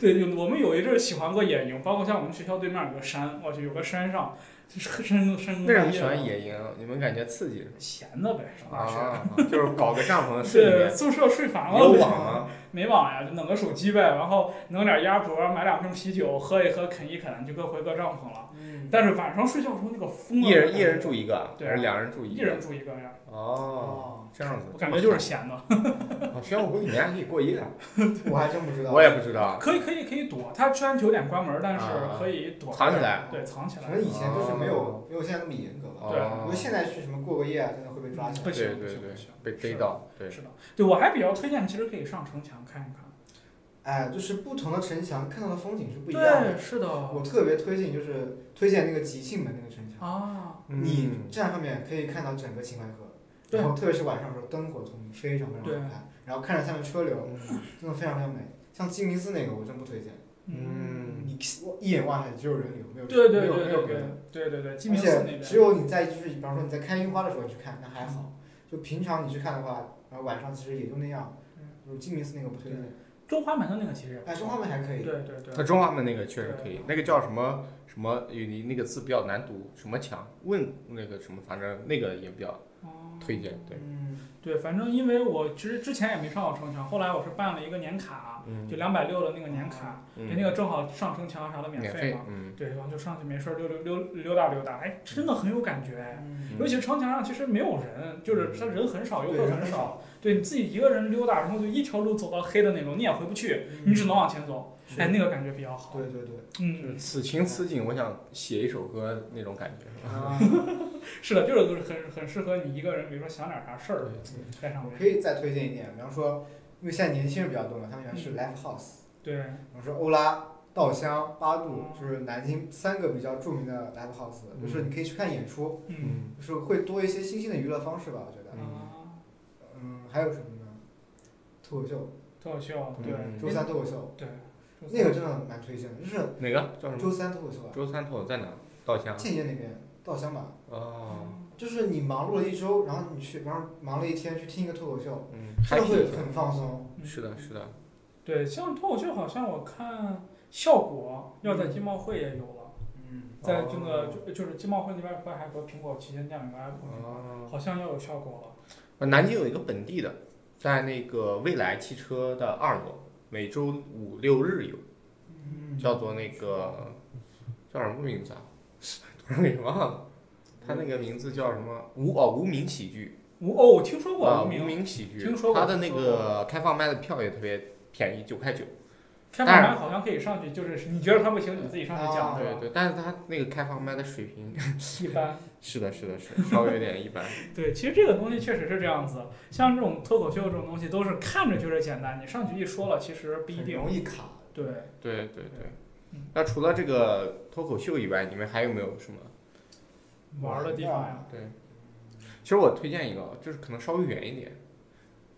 S2: 对，有我们有一阵儿喜欢过野营，包括像我们学校对面有个山，我去有个山上，就是 深入深入
S3: 为什么
S2: 夜
S3: 喜
S2: 了
S3: 欢野营？你们感觉刺激是吗？
S2: 闲的呗，实话是。
S3: 啊，就是搞个帐篷睡里
S2: 对，
S3: 面，
S2: 宿舍睡烦了
S3: 有
S2: 呗，
S3: 网啊吗？
S2: 没网呀，就弄个手机呗，然后弄点鸭脖，买两瓶啤酒，喝一喝，啃一啃，就各回各帐篷了。
S4: 嗯，
S2: 但是晚上睡觉的时候那个风啊，
S3: 一人一人住一个，
S2: 对啊
S3: 还是两人住一
S2: 一
S3: 个？
S2: 人住一个呀，
S3: 哦，这样子，
S2: 我感觉就是闲的。
S3: 哦，玄武湖里面还可以过夜啊，
S5: 我还真不知道，
S3: 我也不知道，
S2: 可以可以可以躲，它虽然九点关门，但是
S3: 啊
S2: 可以躲
S3: 藏起来。
S2: 对，藏起
S5: 可
S2: 来。
S5: 能以前就是没
S3: 哦
S5: 有没有现在那么严格吧。
S2: 对
S5: 我
S3: 哦
S5: 觉得现在去什么过个夜啊，真的会被抓起
S2: 不
S5: 来。
S2: 行
S3: 对
S2: 不
S3: 对
S2: 行
S3: 对
S2: 不行，
S3: 被
S2: 是
S3: 逮
S2: 的
S3: 到，对，
S2: 是的，对我还比较推荐，其实可以上城墙看一看。
S5: 哎，就是不同的城墙看到的风景是不一样的。
S2: 对，是的
S5: 我特别推荐就是推荐那个吉庆门那个城墙，
S2: 啊，
S5: 你
S3: 嗯
S5: 站上面可以看到整个秦淮河，
S2: 对
S5: 然后特别是晚上的时候灯火通明，非常非常
S2: 对
S5: 好看。然后看着下面车流，嗯真的非常非常美。像鸡鸣寺那个我真不推荐，
S3: 嗯
S5: 你一眼望下去只有人流，没有
S2: 对对
S5: 嗯没有
S2: 对
S5: 没有
S2: 对
S5: 别的
S2: 对。对对对，鸡
S5: 而
S2: 鸣寺那
S5: 且
S2: 边嗯
S5: 只有你在就是，比方说你在看樱花的时候你去看，那还好。就平常你去看的话，然后晚上其实也就那样
S2: 嗯。
S5: 就是鸡鸣寺那个不推荐。
S2: 中华门的那个其实也不
S5: 哎，
S2: 错
S5: 中华门还可
S2: 对
S5: 以。
S2: 对对啊
S3: 他，中华门那个确实可以，那个叫什么什么，你那个字比较难读，什么墙问那个什么，反正那个也比较
S2: 哦
S3: 推荐，对，
S5: 嗯，
S2: 对，反正因为我其实之前也没上过城墙，后来我是办了一个年卡，
S3: 嗯
S2: 就两百六的那个年卡，对，那
S3: 嗯，
S2: 个正好上城墙啊啥的免
S3: 免
S2: 费
S3: 费
S2: 嘛，，
S3: 嗯，
S2: 对，然后就上去没事儿溜溜溜溜达溜达，哎，真的很有感觉哎。
S5: 嗯
S2: 尤其是城墙上其实没有人，就是他人很少，游
S5: 对
S2: 客
S5: 人
S2: 很
S5: 很
S2: 少，对你自己一个人溜达，然后就一条路走到黑的那种，你也回不去，
S5: 嗯
S2: 你只能往前走，
S5: 是
S2: 哎，那个感觉比较好。
S5: 对对对。
S2: 嗯，
S3: 此情此景，我想写一首歌那种感觉。
S5: 啊，
S2: 是的，就是就是很很适合你一个人，比如说想点啥事儿，干上
S5: 我
S2: 面。
S5: 可以再推荐一点，比方说，因为现在年轻人比较多嘛，他们喜欢
S2: 嗯
S5: 去 live house，
S2: 对，
S5: 比方说欧拉、稻香、八度，
S2: 嗯
S5: 就是南京三个比较著名的 live house，就是你可以去看演出，
S2: 嗯，
S3: 嗯，
S5: 就是会多一些新兴的娱乐方式吧，我觉得。
S2: 啊，
S5: 嗯，还有什么呢？脱口秀，
S2: 特有秀，对
S3: 嗯
S5: 周三脱口秀，
S2: 对，嗯
S5: 那个真的蛮推荐的，就是
S3: 哪个叫什么？
S5: 周三脱口秀啊，
S3: 周三头在哪？稻香。
S5: 建业那边稻香吧，
S3: 哦，
S5: 就是你忙碌了一周，然后你去，然后忙了一天去听一个脱口秀，
S3: 嗯，
S5: 真的
S3: happy
S5: 会很放松。
S2: 嗯
S3: 是的，是的，
S2: 对，像脱口秀好像我看效果要在金茂会也有了，
S5: 嗯，
S2: 在这个就就是金茂会那边不是还有个苹果旗舰店有个
S5: 嗯
S2: app 吗
S3: 哦，
S2: 好像要有效果了。
S3: 呃南京有一个本地的，在那个未来汽车的二楼，每周五六日有，
S2: 嗯
S3: 叫做那个叫什么名字啊？ 突然给忘了。他那个名字叫什么？无哦，无名喜剧
S2: 无哦，我听说过
S3: 啊，
S2: 无
S3: 无
S2: 名
S3: 名喜剧
S2: 听说。过
S3: 他的那
S2: 听说
S3: 个开放麦的票也特别便宜，九块九。
S2: 开放麦好像可以上去，就是你觉得他不行，你自己上去讲，
S5: 啊
S3: 对
S2: 吧？
S3: 对，但是他那个开放麦的水平，
S2: 一般。
S3: 是的，是的，是的稍微有点一般。
S2: 对，其实这个东西确实是这样子，像这种脱口秀这种东西，都是看着觉得简单，你上去一说了，其实不一
S5: 很
S2: 定。
S5: 容易卡。
S2: 对，
S3: 对对对
S2: 嗯。
S3: 那除了这个脱口秀以外，你们还有没有什么？
S2: 玩儿的地方呀，
S3: 其实我推荐一个，就是可能稍微远一点，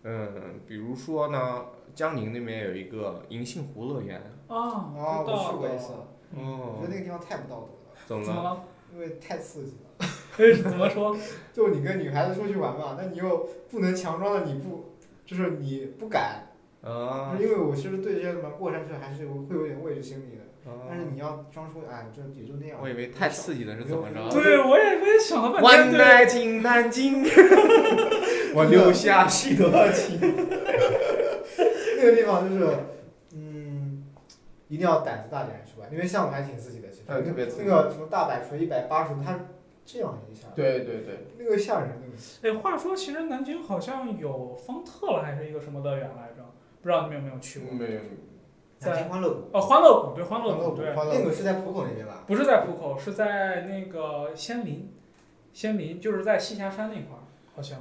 S3: 嗯，比如说呢，江宁那边有一个银杏湖乐园，
S2: 啊，
S5: 啊，
S2: 知道
S5: 我去过一次
S2: 了，
S5: 我觉得
S3: 哦，
S5: 那个地方太不道德了，
S3: 怎么
S2: 怎么
S3: 了？
S2: 了？
S5: 因为太刺激了。
S2: 哎怎么说？
S5: 就你跟女孩子出去玩嘛，那你又不能强装的你不，就是你不敢，
S3: 啊，
S5: 因为我其实对这些什么过山车还是有会有点畏惧心理的。但是
S3: 啊
S5: 你要装出哎，这也就那样。
S3: 我以为太刺激了是怎么着
S2: 对，我也我也想了半
S3: ？One
S2: 天，对，
S3: night in 南 京，我留下许多情。
S5: 那个地方就是，嗯，一定要胆子大点去玩，因为项目还挺刺激的，其实。
S3: 嗯特别刺激
S5: 那个什么大摆锤一百八十，它这样一下，，
S3: 对对对，
S5: 那个吓人，那个。
S2: 哎，话说，其实南京好像有方特了，还是一个什么乐园来着？不知道你们有没有去过？
S3: 没有，
S5: 南京
S2: 在
S5: 欢乐谷，
S2: 哦，欢乐谷，对，欢
S5: 嗯欢
S2: 乐
S5: 乐
S2: 谷，对，
S5: 欢乐谷那个是在浦口那边吧？
S2: 不是在浦口，是在那个仙林，仙林就是在栖霞山那块儿，好像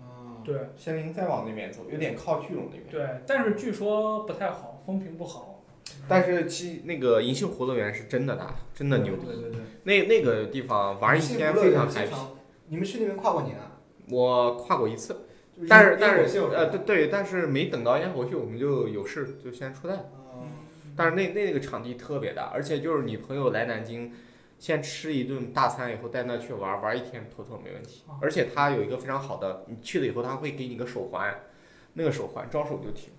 S5: 啊，
S2: 对。
S3: 仙林再往那边走，有点靠聚拢那边。
S2: 对，但是据说不太好，风评不好。
S3: 但是其那个银杏湖乐园是真的大，真的牛逼。
S5: 对对对，
S3: 那那个地方玩一
S5: 幸
S3: 天
S5: 福乐
S3: 非
S5: 园
S3: 常
S5: 经
S3: happy。
S5: 常你们去那边跨过年啊？
S3: 我跨过一次，
S5: 就
S3: 但
S5: 烟
S3: 是但
S5: 烟火
S3: 是
S5: 秀吧
S3: 呃对对，但是没等到烟火秀，我们就有事就先出来了。
S5: 啊
S3: 但是那那个场地特别大，而且就是你朋友来南京，先吃一顿大餐以后带那去玩玩一天妥妥没问题
S2: 哦。
S3: 而且它有一个非常好的，你去了以后他会给你个手环，那个手环招手就停，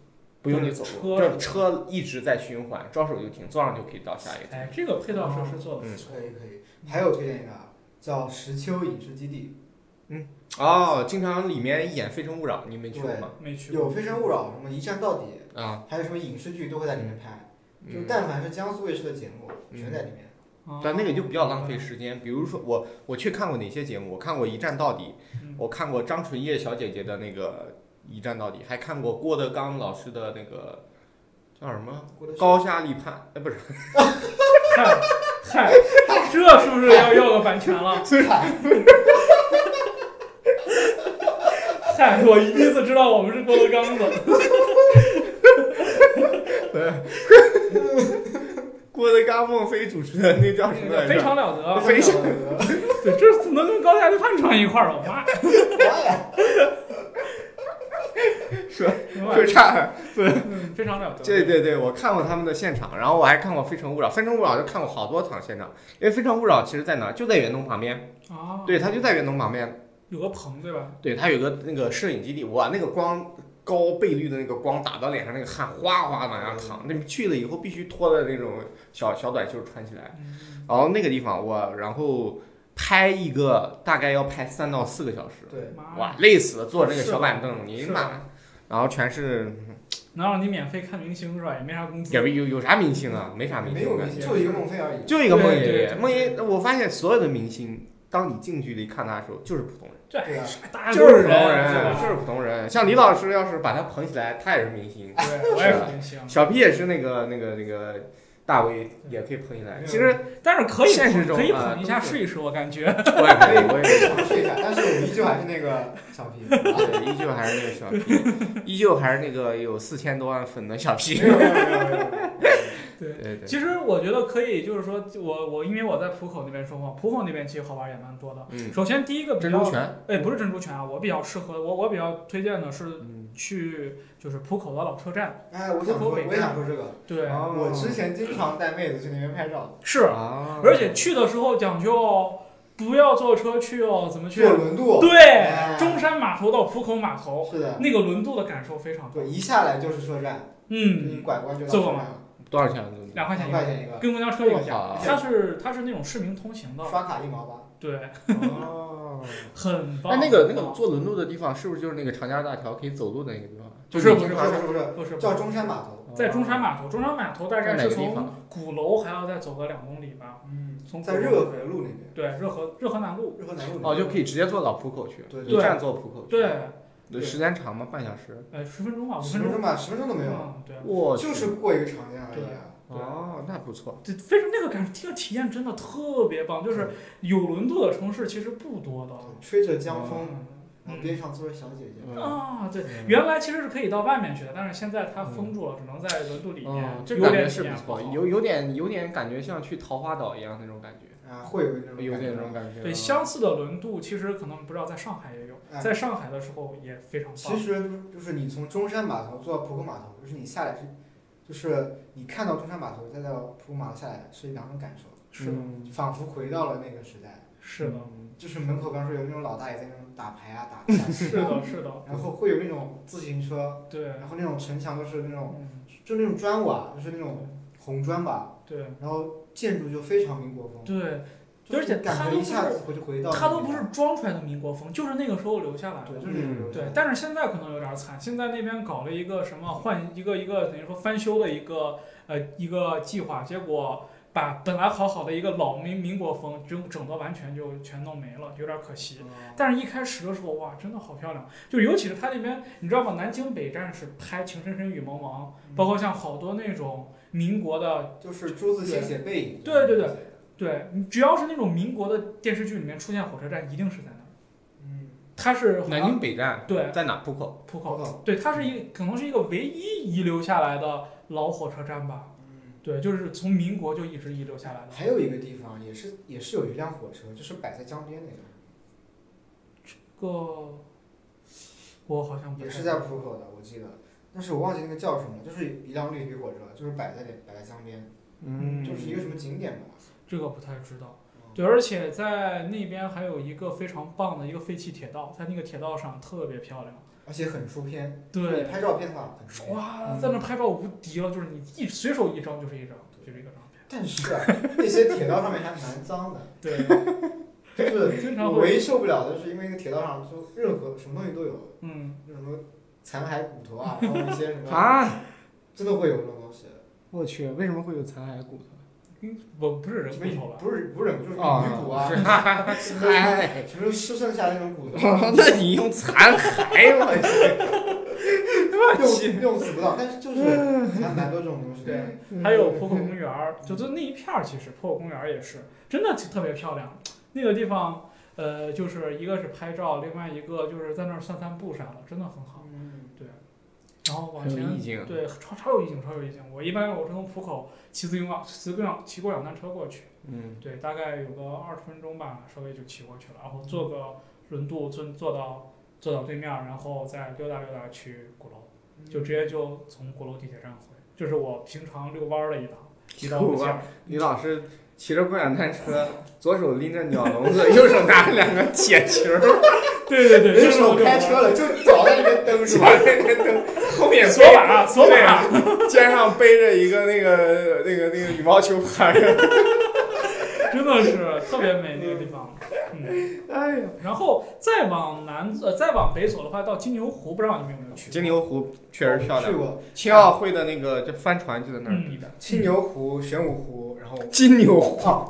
S3: 不用你走路，
S2: 车
S3: 就是车一直在循
S2: 哎
S3: 环，招手就停，坐上就可以到下一个。
S2: 哎，这个配套设施做的不
S3: 嗯
S2: 错。
S5: 可以可以，还有推荐一个啊，叫石丘影视基地，
S3: 哦，经常里面演《非诚勿扰》，你没去过吗？
S2: 没去过。
S5: 有《非诚勿扰》什么《一站到底
S3: 啊，》，
S5: 还有什么影视剧都会在里面拍，就
S3: 嗯
S5: 但凡是江苏卫视的节目
S3: 嗯
S5: 全在里面。
S2: 啊
S3: 但那个就比较浪费。时间。比如说我我去看过哪些节目？我看过《一站到底》，
S2: 嗯
S3: 我看过张纯叶小姐姐的那个《一站到底》，还看过郭德纲老师的那个叫什么
S5: 郭德
S3: 《
S5: 纲
S3: 高下立判》？哎，不是，
S2: 嗨嗨，这是不是要要个版权了？嗨，我第一次知道我们是郭德纲 的。
S3: 郭德纲、孟非主持的那叫什么来着？
S2: 非常了得，
S3: 非常
S2: 对，这怎么能跟高下立判串一块儿？我 妈，
S3: 说
S2: 明白
S3: 说差。
S2: 嗯非常了得。
S3: 对对对，我看过他们的现场，然后我还看过《非诚勿扰》，《非诚勿扰》就看过好多场现场，因为《非诚勿扰》其实在哪儿？就在圆通旁边，
S2: 啊，
S3: 对，它就在圆通旁边，
S2: 有个棚对吧？
S3: 对，它有个那个摄影基地，哇，那个光高倍率的那个光打到脸上，那个汗哗哗往下
S2: 嗯
S3: 淌，那去了以后必须脱了那种小小短袖穿起来，
S2: 嗯
S3: 然后那个地方我然后拍一个大概要拍三到四个小时，
S5: 对，
S2: 妈呀，
S3: 哇，累死了，坐那个
S2: 啊是
S3: 小
S2: 吧
S3: 板凳，你
S2: 是
S3: 妈
S2: 吧，
S3: 然后全是
S2: 能让你免费看明星是吧？也没啥工资。
S3: 也有有啥明星啊，没啥明
S5: 没
S3: 星
S5: 有
S3: 啊
S5: 明。星，就一个孟非而已。
S3: 就一个
S2: 对
S3: 梦
S2: 对
S3: 爷爷，
S2: 对
S3: 梦爷，我发现所有的明星，当你近距离看他的时候，就是普通人，
S2: 这
S5: 对啊，
S2: 大家
S3: 就
S2: 都
S3: 普通人，
S2: 是吧
S3: 就是普通人。像李老师，要是把他捧起来，他也是明星。
S2: 对，我也是明星，
S3: 小 P 也是那个那个那个大 V 也可以捧起来。
S2: 对
S3: 其实
S2: 但是可以
S3: 现实
S2: 捧
S3: 中
S2: 可以
S3: 啊
S2: 捧一下
S3: 都是
S2: 试一试，我感觉。
S3: 我也可以，我也可以
S5: 尝试一下，但是我依旧还是那个小 P。
S3: 对，依旧还是那个小 P，依旧还是那个有四千多万粉的小 P
S5: 没。有没有没有没有，
S2: 对
S3: 对对，
S2: 其实我觉得可以，就是说我我因为我在浦口那边生活，浦口那边其实好玩也蛮多的。
S3: 嗯，
S2: 首先第一个比
S3: 珍
S2: 较
S3: 珠，泉，
S2: 哎，不是珍珠泉啊，我比较适合我我比较推荐的是
S3: 嗯，
S2: 去就是浦口的老车站，
S5: 哎，我想说，我也想说这个。
S2: 对，
S3: 哦
S5: 我之前经常带妹子去那边拍照，
S2: 是，
S3: 啊，
S2: 而且去的时候讲究哦，不要坐车去哦，怎么去
S5: 坐？轮渡。
S2: 对，
S3: 哦
S5: 哎
S2: 中山码头到浦口码头，
S5: 是的，
S2: 那个轮渡的感受非常好
S5: 对，。一下来就是车站，
S2: 嗯，
S5: 你拐弯就到
S2: 坐
S5: 车
S2: 过
S5: 站
S2: 吗
S5: 了，
S3: 多少钱？
S2: 两块钱
S5: 两
S2: 一个，
S5: 块钱一个，
S2: 跟公交车一
S5: 这么
S2: 样。
S3: 啊，
S2: 它是它是那种市民通行的，
S5: 刷卡一毛八。
S2: 对，
S3: 哦。
S2: 很棒。
S3: 那那个那
S2: 很
S3: 个
S2: 棒
S3: 坐轮渡的地方是不是就是那个长江大桥可以走路的那个地方？
S2: 不
S3: 就是你
S2: 不是
S3: 经
S5: 不
S3: 常
S5: 是不是，
S2: 不是
S5: 叫中山码头。
S2: 在中山码头，中山码头大概
S3: 在哪
S2: 是
S3: 个地
S2: 从
S3: 方？
S2: 鼓楼还要再走个两公里吧，
S5: 嗯，
S2: 从
S5: 在热河路那边，
S2: 对热河热河南路，
S5: 热河南路那边。
S3: 哦，就可以直接坐到浦口去，
S5: 对
S3: 一站坐浦口去。
S2: 对，
S3: 对，时间长吗？半小时？
S2: 呃十分钟吧，五
S5: 十
S2: 分
S5: 分
S2: 钟
S5: 钟吧，十分钟都没有，
S2: 嗯，对，
S3: 我去
S5: 就是过一个长江而已啊。
S3: 哦，那不错。
S2: 这非常那个感受，这个体验真的特别棒，就是有轮渡的城市其实不多的。
S5: 吹着江风，然后
S2: 嗯
S5: 边上坐着小姐姐。
S3: 嗯
S2: 啊，对，原来其实是可以到外面去的，但是现在它封住了，只能在轮渡里
S3: 哦
S2: 面，，
S3: 这
S2: 有
S3: 感
S2: 点
S3: 觉
S2: 体
S3: 是
S2: 验
S3: 不
S2: 不
S3: 错，
S2: 好
S3: 有有点有点感觉像去桃花岛一样那种感觉，
S5: 啊，会有那种
S3: 有
S5: 感
S3: 点
S5: 觉
S3: 那
S5: 啊
S3: 种感觉。嗯
S2: 对，相似的轮渡其实可能不知道，在上海也有，
S5: 哎
S2: 在上海的时候也非常
S5: 其
S2: 棒。
S5: 实就是你从中山码头坐到浦口码头，就是你下来是，就是你看到中山码头，再到浦口码头下来是两种感受，
S2: 是的，
S3: 嗯
S5: 仿佛回到了那个时代。
S2: 是的，
S5: 嗯就是门口刚说有那种老大爷在那种打牌啊、打 架
S2: 是的，是的，
S5: 然后会有那种自行车，
S2: 对，
S5: 然后那种城墙都是那种
S2: 嗯，
S5: 就那种砖瓦，就是那种红砖吧，
S2: 对，
S5: 然后建筑就非常民国风，
S2: 对，
S5: 就是
S2: 而且
S5: 感
S2: 它
S5: 觉
S2: 都
S5: 一下
S2: 不
S5: 子回就回到
S2: 它
S5: 那
S2: 都
S5: 个
S2: 不是装出来的民国风，就是那个时候留下来
S5: 对，
S2: 的
S5: 就。是那
S3: 嗯
S5: 种
S2: 对，但是现在可能有点惨。现在那边搞了一个什么换一个一个等于说翻修的一个呃一个计划，结果把本来好好的一个老民民国风整整的完全就全弄没了，有点可惜。
S5: 嗯
S2: 但是，一开始的时候，哇，真的好漂亮！就尤其是它那边，你知道吗？南京北站是拍《情深深雨蒙蒙》，包括像好多那种民国的
S5: 嗯就是朱自清写背影，
S2: 对对对，对，你只要是那种民国的电视剧里面出现火车站，一定是在那儿。
S5: 嗯，
S2: 它是
S3: 南京北站
S2: 对
S3: 在哪？浦口。
S2: 浦
S5: 包
S2: 口，
S5: 括
S2: 对，它是一个可能是一个唯一遗留下来的老火车站吧。
S5: 嗯，
S2: 对，就是从民国就一直遗留下来的。
S5: 还有一个地方也是也是有一辆火车，就是摆在江边那个，
S2: 个我好嗯像不
S5: 也
S2: 太
S5: 是在浦口的，我记得，但是我忘记那个叫什么，就是一辆绿皮火车，就是摆在那摆在江边，
S2: 嗯
S5: 就是一个什么景点吧。
S2: 这个不太知道。
S5: 嗯
S2: 对，而且在那边还有一个非常棒的一个废弃铁道，在那个铁道上特别漂亮。
S5: 而且很出片，
S2: 对，
S5: 拍照片的话很出片。
S2: 哇，在那拍照无敌了，就是你一随手一张就是一张，就是一个照片。
S5: 但是啊那些铁道上面还蛮脏的，
S2: 对，
S5: 就是
S2: 经常
S5: 我
S2: 会
S5: 唯一受不了的就是因为那个铁道上就任何什么东西都有，
S2: 嗯，
S5: 就什么残骸骨头啊，然后一
S3: 嗯
S5: 些什么，
S7: 啊！
S5: 真的会有这种东西。
S7: 我去，为什么会有残骸 骨头？
S2: 我嗯不是人
S5: 什么
S2: 骨头吧？
S5: 不是不是人骨，就是鱼
S7: 啊
S5: 骨啊，
S7: 哎，
S5: 什么吃剩下那种骨头，
S7: 那你用残
S2: 哎
S7: 骸吗？
S5: 用用词不到，但是就是
S7: 嗯
S5: 还蛮多这种东西。
S2: 对，还有浦口公园儿，就是那一片儿，其实浦口公园儿也是真的特别漂亮。那个地方，呃，就是一个是拍照，另外一个就是在那儿散散步啥的，真的很好。
S5: 嗯，
S2: 然后往
S7: 很有意
S2: 前，
S7: 境。
S2: 对，超超有意境，超有意境。我一般我是从浦口骑自行车，骑共享骑共享单车过去，
S3: 嗯，
S2: 对，大概有个二十分钟吧，稍微就骑过去了，然后坐个轮渡，坐坐到坐到对面儿，然后再溜达溜达去鼓楼，就直接就从鼓楼地铁站回，这是我平常遛弯儿的一趟，一到
S7: 遛
S2: 五线
S7: 弯
S2: 儿。
S7: 李老师骑着共享单车，左手拎着鸟笼子， 右手拿着两个铁球 儿，
S2: 对对对，
S5: 人
S2: 就是我
S5: 手
S2: 遛
S5: 开
S2: 弯儿
S5: 车了，就脚在那边蹬是
S7: 左
S5: 吧？
S7: 边蹬，后面
S2: 锁把锁把，
S3: 啊
S7: 对肩上背着一个那个那个那个羽毛球拍儿。
S2: 真的是特别美那个地方。嗯，
S7: 哎呀，
S2: 然后再往南呃再往北走的话，到金牛湖，不知道你们有没有去过？
S3: 金牛湖确实漂
S5: 去
S3: 亮，
S5: 过
S3: 青奥会的那个就帆船就在那儿比的。
S5: 青牛湖、玄武湖，然后
S7: 金牛湖，
S5: 啊，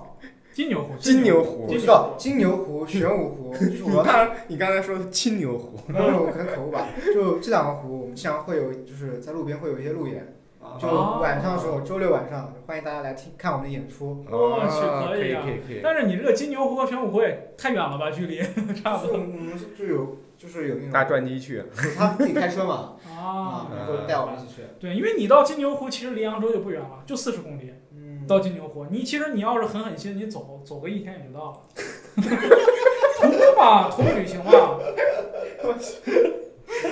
S2: 金牛湖，
S7: 金牛
S2: 牛
S7: 湖
S5: 我
S2: 金
S5: 知
S2: 牛
S5: 道
S2: 湖。
S5: 金牛湖、玄武湖，就是
S7: 你
S5: 我要。
S7: 刚你刚才说的金牛湖，
S5: 没有，我可能口误吧。就这两个湖，我们经常会有，就是在路边会有一些路演，就
S2: 哦
S5: 晚上的时候，周六晚上，欢迎大家来听看我们的演出。
S2: 我
S3: 哦
S2: 去
S7: 啊
S2: 可
S7: 可
S2: 以
S7: 以
S2: 啊
S7: 可以可以。
S2: 但是你这个金牛湖和玄武湖也太远了吧，距离 差不
S5: 就我
S2: 多
S5: 们就有就是有那
S3: 搭
S5: 种
S3: 转机去，
S5: 他自己开车嘛，
S2: 啊
S5: 啊，。然后带我们一起去。
S2: 对，因为你到金牛湖其实离扬州就不远了，就四十公里
S5: 嗯
S2: 到金牛湖。你其实你要是狠狠心，你走走个一天也就到了。 徒步嘛，徒步旅行嘛，
S7: 我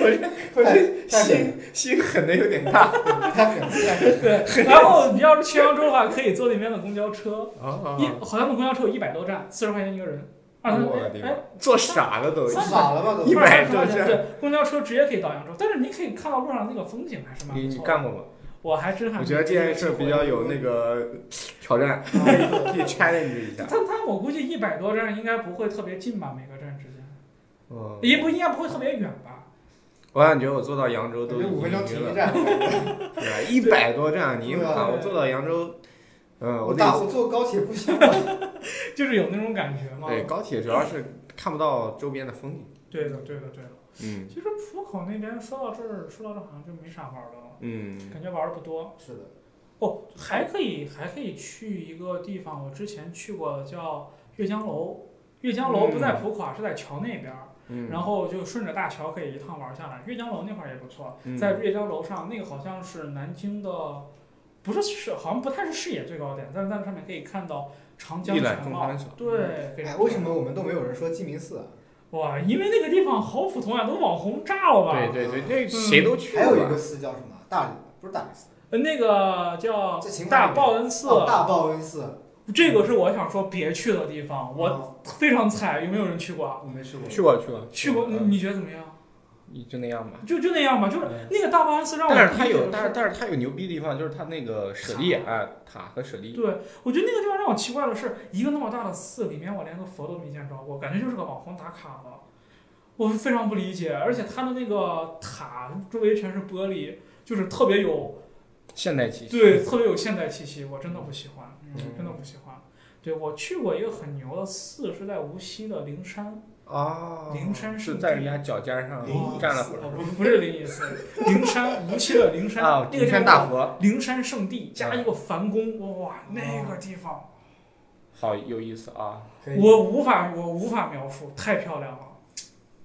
S7: 这
S5: 太狠
S7: 心心狠的有点大。
S5: 太狠了，太狠了。
S2: 对，然后你要是去扬州的话，可以坐那边的公交车，
S3: 啊
S2: 一好像那公交车有一百多站，四十块钱一个人，二三
S3: 我的天
S2: 哎哎，
S7: 做傻了都。
S2: 三
S5: 傻了吧都？
S7: 一百
S2: 二三十
S7: 多
S2: 块钱，
S7: 站
S2: 对，公交车直接可以到扬州，但是你可以看到路上那个风景还是蛮
S3: 你
S2: 不
S3: 你
S2: 错的。
S3: 干过吗？
S2: 我还真还
S3: 我觉得这件事比较有那个挑战，可以 challenge 一下
S2: 他。他我估计一百多站应该不会特别近吧，每个站之间
S3: 嗯，
S2: 也不应该不会特别远吧。
S3: 我感觉我坐到扬州都已
S5: 就
S3: 经
S5: 五分钟
S3: 晕
S5: 停
S3: 了
S5: 一站。
S3: 对，啊一百多站，你
S5: 对啊
S3: 看我坐到扬州，嗯，
S5: 我
S3: 得
S5: 大我坐高铁不行。啊
S2: 就是有那种感觉嘛。
S3: 对高铁主要是看不到周边的风景。
S2: 对的，对的，对的。
S3: 嗯
S2: 其实浦口那边说到这儿，说到这儿好像就没啥玩儿的了，
S3: 嗯，
S2: 感觉玩儿不多。
S5: 是的，
S2: 哦，还可以，还可以去一个地方，我之前去过叫阅江楼。阅江楼不在浦口，啊，是在桥那边儿，
S3: 嗯
S2: 然后就顺着大桥可以一趟玩儿下来。阅江楼那块儿也不错，
S3: 嗯
S2: 在阅江楼上那个好像是南京的，不是是好像不太是视野最高点，但是在那上面可以看到长江
S3: 一览
S2: 全
S3: 众
S2: 貌
S3: 山。小。嗯
S2: 对，非
S5: 哎，
S2: 常
S5: 为什
S2: 漂亮
S5: 么我们都没有人说鸡鸣寺啊？
S2: 哇，因为那个地方好普通啊，都网红炸了吧？
S3: 对对对，
S2: 嗯
S3: 那谁都去
S5: 还有一
S3: 过
S5: 个
S3: 吧。
S5: 寺叫什么？大理不是大理寺，
S2: 呃，那个叫
S5: 在秦淮
S2: 大
S5: 那边
S2: 报恩寺，
S3: 啊
S5: 哦大报恩寺。
S2: 这个是我想说别去的地方，我
S5: 哦
S2: 非常菜，有没有人去过啊？
S5: 我没去过。
S3: 去过去过
S2: 去过，
S3: 嗯
S2: 你觉得怎么样？
S3: 就那样吧。
S2: 就就那样吧，就是
S3: 嗯
S2: 那个大报恩寺让我
S3: 但是
S2: 第
S3: 它
S2: 一
S3: 有，
S2: 觉得
S3: 但是但是它有牛逼的地方，就是它那个舍利啊塔和舍利。
S2: 对，我觉得那个地方让我奇怪的是，一个那么大的寺里面，我连个佛都没见着过，感觉就是个网红打卡了，我非常不理解。而且它的那个塔周围全是玻璃，就是特别有
S3: 现代气息。
S2: 对，特别有现代气息，我真的不喜欢，
S5: 嗯
S2: 真的不喜欢。对我去过一个很牛的寺，是在无锡的灵山，
S3: 啊
S2: 灵山
S3: 是
S2: 圣
S3: 在人
S2: 地
S3: 家脚尖上
S5: 灵隐
S3: 站了
S5: 寺
S3: 会
S2: 哦
S3: 儿
S2: 不不是灵隐寺，灵山无锡的灵山，
S3: 啊，
S2: 那个
S3: 灵
S2: 地方
S3: 山大佛，
S2: 叫灵山圣地加一个梵宫，嗯哇，那个地方
S3: 好有意思啊，
S5: 可以，
S2: 我无法我无法描述，太漂亮了，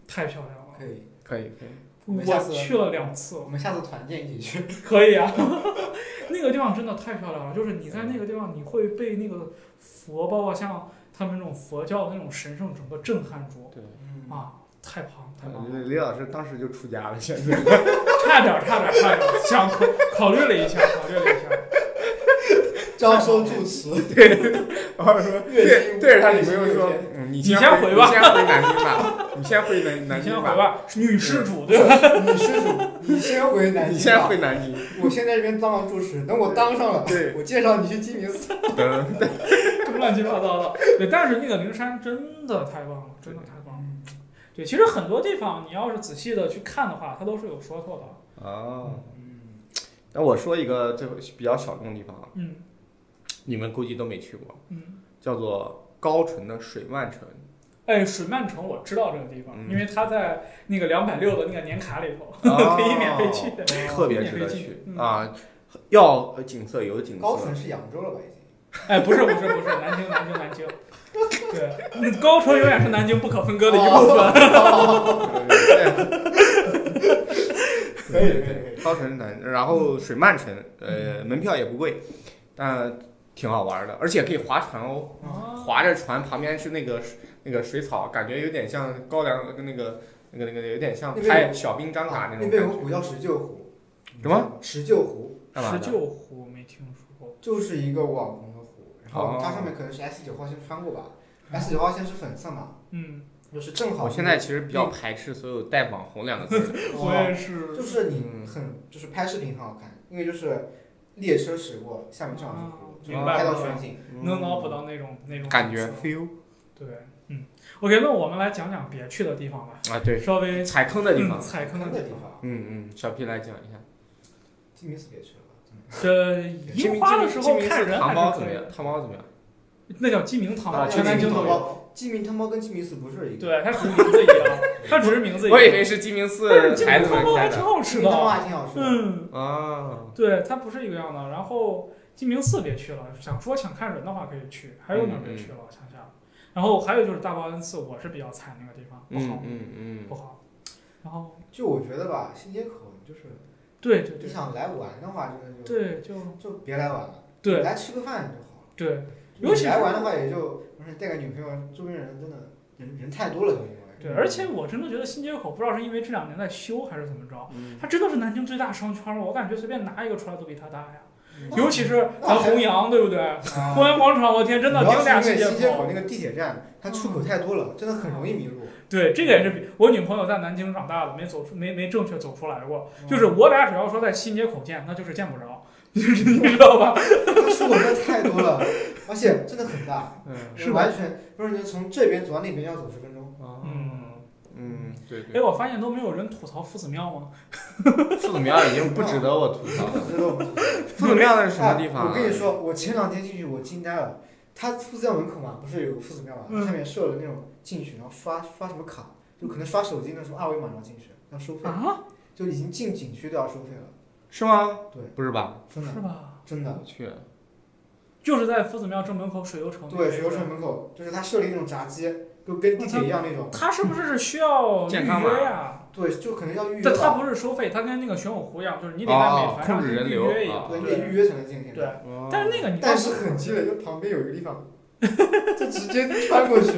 S2: 太漂亮了。
S5: 可以，
S3: 可以可以。
S5: 我们下
S2: 我
S5: 次
S2: 去了两次
S5: 我，们下次团建一起去。
S2: 可以啊， 那个地方真的太漂亮了，就是你在那个地方，你会被那个佛，包括像他们那种佛教的那种神圣，整个震撼住
S3: 对，
S2: 啊！太棒，太棒了，
S3: 李李老师当时就出家了，现在。
S2: 差点儿，差点儿，差点儿，想考考虑了一下，考虑了一下，
S5: 招收住持，
S3: 然后说
S5: 月
S3: 对
S5: 经
S3: 对着他女
S5: 月
S3: 朋
S5: 经
S3: 友说
S5: 月，
S3: 嗯，你
S2: 你
S3: 先
S2: 先
S3: 回
S2: 回吧
S3: 你先回南京 吧，你先回南 南
S2: 你先
S3: 京
S2: 回吧，女施主对吧？
S5: 你施主，你先回南京。啊
S3: 你先回。南京。
S5: 我先在这边当了住持，等我当上了，
S3: 对
S5: 我介绍你去鸡鸣寺。
S3: 等
S2: 什么 乱七八糟的。对，但是那个灵山真的太棒了，真的太棒了。
S3: 嗯
S2: 对，其实很多地方你要是仔细的去看的话，它都是有说头的。
S3: 哦，
S2: 嗯
S3: 那我说一个最后比较小众的地方，啊
S2: 嗯
S3: 你们估计都没去过，
S2: 嗯。
S3: 叫做高淳的水漫城。
S2: 哎，水漫城我知道这个地方，
S3: 嗯
S2: 因为它在那个两百六的那个年卡里头，
S3: 哦
S2: 可以免费去。
S3: 特别值得
S2: 免费
S3: 去
S2: 去嗯
S3: 啊！要呃景色有景
S5: 高
S3: 色
S5: 层，是扬州了吧？已经。
S2: 哎，不是不是不是，南京南京南京。对，嗯高淳永远是南京不可分割的一部分。
S3: 哦对
S5: 可以可以可以。
S3: 高淳南，然后水漫城，呃，门票也不贵，但挺好玩的，而且可以划船哦，
S2: 哦
S3: 划着船旁边是那个水那个水草，感觉有点像高粱跟那个那个那个有点像
S5: 那边啊
S3: 拍小兵张嘎那
S5: 那
S3: 种
S5: 边
S3: 感
S5: 有个
S3: 觉。
S5: 湖叫石臼湖。
S2: 嗯
S3: 什么？
S5: 石臼湖
S3: 干嘛
S2: 石
S3: 的？
S2: 臼湖没听说过。
S5: 就是一个网红的湖，然后
S3: 哦
S5: 它上面可能是 S 九号线穿过吧，S
S2: 啊
S5: 九号线是粉色嘛，
S2: 嗯，
S5: 就是正好。哦
S3: 我现在其实比较排斥所有带“网红”两个 字的。
S2: 我也是。
S5: 就是
S3: 嗯
S5: 你很就是拍视频很好看，因为就是列车驶过，下面正好是湖，就
S2: 哦明
S5: 能
S2: 白
S5: 拍到
S2: 明白
S5: 全景。
S2: 能脑补到那种那种
S3: 嗯感觉
S2: 层次
S3: feel
S2: 对，嗯，OK，那我们来讲讲别去的地方吧，
S3: 啊，对，
S2: 稍微
S3: 踩坑的地
S2: 嗯
S3: 方。
S2: 踩坑
S5: 看
S2: 的
S5: 的
S2: 地
S5: 地
S2: 方。
S5: 方，
S3: 嗯嗯，小 P 来讲一下。
S5: 鸡鸣寺别去了吧，
S2: 嗯
S5: 真的
S2: 这樱花的时候看人
S3: 糖包
S2: 还是
S3: 怎
S2: 可
S3: 么
S2: 以
S3: 样
S2: 的，？
S3: 糖包怎么样？
S2: 那叫鸡鸣汤包，
S5: 啊
S2: 全南京都
S5: 鸡鸣汤
S2: 有。
S5: 包鸡鸣汤包跟鸡鸣寺不是一个。
S2: 对，它只是名字一样，它只是名字一样。
S3: 我以为是鸡鸣寺
S2: 但是鸡
S3: 孩
S2: 鸣
S3: 子
S2: 汤
S3: 们
S2: 包
S3: 开
S2: 还挺
S3: 的
S2: 好
S5: 鸡
S2: 吃
S5: 鸣汤包
S2: 的。
S5: 还挺好吃的。
S2: 嗯，
S3: 啊。
S2: 对，它不是一个样的。然后鸡鸣寺别去了，想说想看人的话可以去，还有哪儿
S3: 嗯
S2: 别去了？我想想，然后还有就是大报恩寺，我是比较惨那个地方，不
S3: 嗯
S2: 好
S3: 嗯
S2: 不好。然后
S5: 就我觉得吧，新街口就是
S2: 对对
S5: 你
S2: 对
S5: 想来玩的话，真的就
S2: 对，就
S5: 就别来玩了，
S2: 对
S5: 来吃个饭就好了。
S2: 对。尤
S5: 尤
S2: 其
S5: 其
S2: 是
S5: 来玩的话，也就不是带个女朋友，周边人真的人人太多了，因为
S2: 对，而且
S3: 嗯
S2: 我真的觉得新街口不知道是因为这两年在修还是怎么着，
S3: 嗯
S2: 它真的是南京最大商圈了。我感觉随便拿一个出来都比它大呀，
S3: 嗯
S2: 尤其是咱弘扬，对不对？
S5: 嗯啊
S2: 弘扬广场，我天，真的顶
S5: 主要
S2: 俩
S5: 是
S2: 新
S5: 因为新
S2: 街
S5: 街口
S2: 口。
S5: 那个地铁站，它出口
S2: 嗯
S5: 太多了，真的很容易迷路。
S2: 对，这个也是比我女朋友在南京长大的，没走出没没正确走出来过。
S3: 嗯
S2: 就是我俩只要说在新街口见，那就是见不着， 就是你知道吧？
S5: 它出口真的太多了，而且真的很大，
S3: 嗯
S2: 是吧
S5: 完全不是你从这边走到那边要走十 分钟。
S2: 嗯。
S3: 嗯，对
S2: 哎，
S3: 对，
S2: 我发现都没有人吐槽夫子庙吗？
S3: 父子庙已经不值得我吐槽 了。
S5: 知道吗？
S3: 父子庙那是什么地方、啊
S5: 哎我跟你，说，我前两天进去我惊呆了，它夫子庙门口嘛，不是有个夫子庙嘛，
S2: 嗯
S5: 上面设了那种进去然后刷刷什么卡，就可能刷手机那什么二维码然后进去要收费，
S2: 啊，
S5: 就已经进景区都要收费了，
S3: 是吗？
S5: 对
S3: 不是吧？
S5: 真
S2: 是
S5: 的
S2: 吧？
S5: 真的。
S3: 我去，
S2: 就是在夫子庙正门口水游城那个。
S5: 对，水游城门口就是它设立那种闸机，就跟地铁一样那种。
S2: 它是不是是需要预
S3: 健康码
S2: 约呀？
S5: 对，就可能要预约
S2: 但它
S5: 吧，
S2: 不是收费，它跟那个玄武湖一样，就是你得在
S3: 哦
S2: 美，团
S3: 控
S2: 上去
S3: 制人
S2: 预
S3: 流
S2: 约一样
S3: 啊。
S5: 对，你得预约才能进去。
S2: 对，但是那个你
S5: 但是很鸡肋，就旁边有一个 地方，就直接穿过去，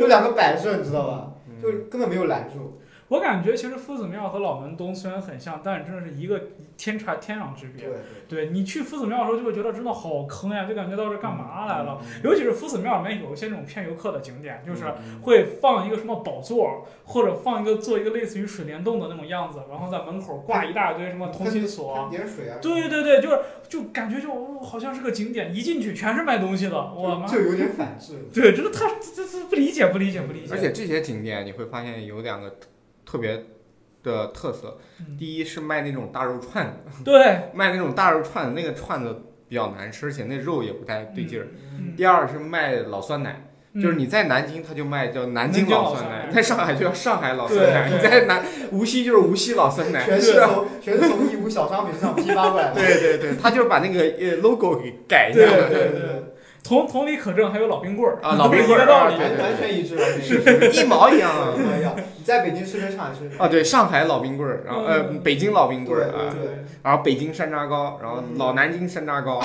S5: 有两个摆设，你知道吧？
S3: 嗯
S5: 就根本没有拦住。
S2: 我感觉其实夫子庙和老门东虽然很像，但是真的是一个天差天壤之
S5: 对
S2: 别。
S5: 对。
S2: 对你去夫子庙的时候，就会觉得真的好坑呀，就感觉到这干嘛来
S5: 嗯
S2: 了。尤其是夫子庙里面有一些那种骗游客的景点，就是
S3: 嗯
S2: 会放一个什么宝座，或者放一个做一个类似于水帘洞的那种样子，然后在门口挂一大堆什么
S5: 嗯
S2: 同心锁，
S5: 喷点水啊。
S2: 对对对，就是就感觉就哦好像是个景点，一进去全是卖东西的，我妈！
S5: 就有点反制。
S2: 对，真的太这这不理解不理解不理解。
S3: 而且这些景点你会发现有两个特特别的特色，
S2: 嗯
S3: 第一是卖那种大肉串的，
S2: 对，
S3: 卖那种大肉串的那个串子比较难吃，而且那肉也不太对劲儿。
S2: 嗯
S3: 第二是卖老酸奶，就是你在南京它就卖叫南京老酸
S2: 南京老酸奶
S3: 奶，在上海就叫上海老酸
S2: 对
S3: 奶，
S2: 对
S3: 你在南无锡就是无锡老酸奶，
S5: 全是从全是从义乌小商品市场批发过来的。
S3: 对对对，他就是把那个呃 logo 给改一
S2: 对
S3: 下。
S2: 对对对，同同理可证，还有老冰棍儿
S3: 啊老冰棍儿
S2: 一个道理。
S3: 啊对
S5: 完
S3: 对
S5: 完全一致，完全一致
S3: 一毛一样
S5: 一
S3: 啊！
S5: 模一样。你在北京吃跟上海吃
S3: 啊，对，上海老冰棍儿，然后呃，
S2: 嗯
S3: 北京老冰棍儿
S5: 对
S3: 啊，
S5: 对
S3: 然后北京山楂糕，然后
S5: 嗯
S3: 老南京山楂糕。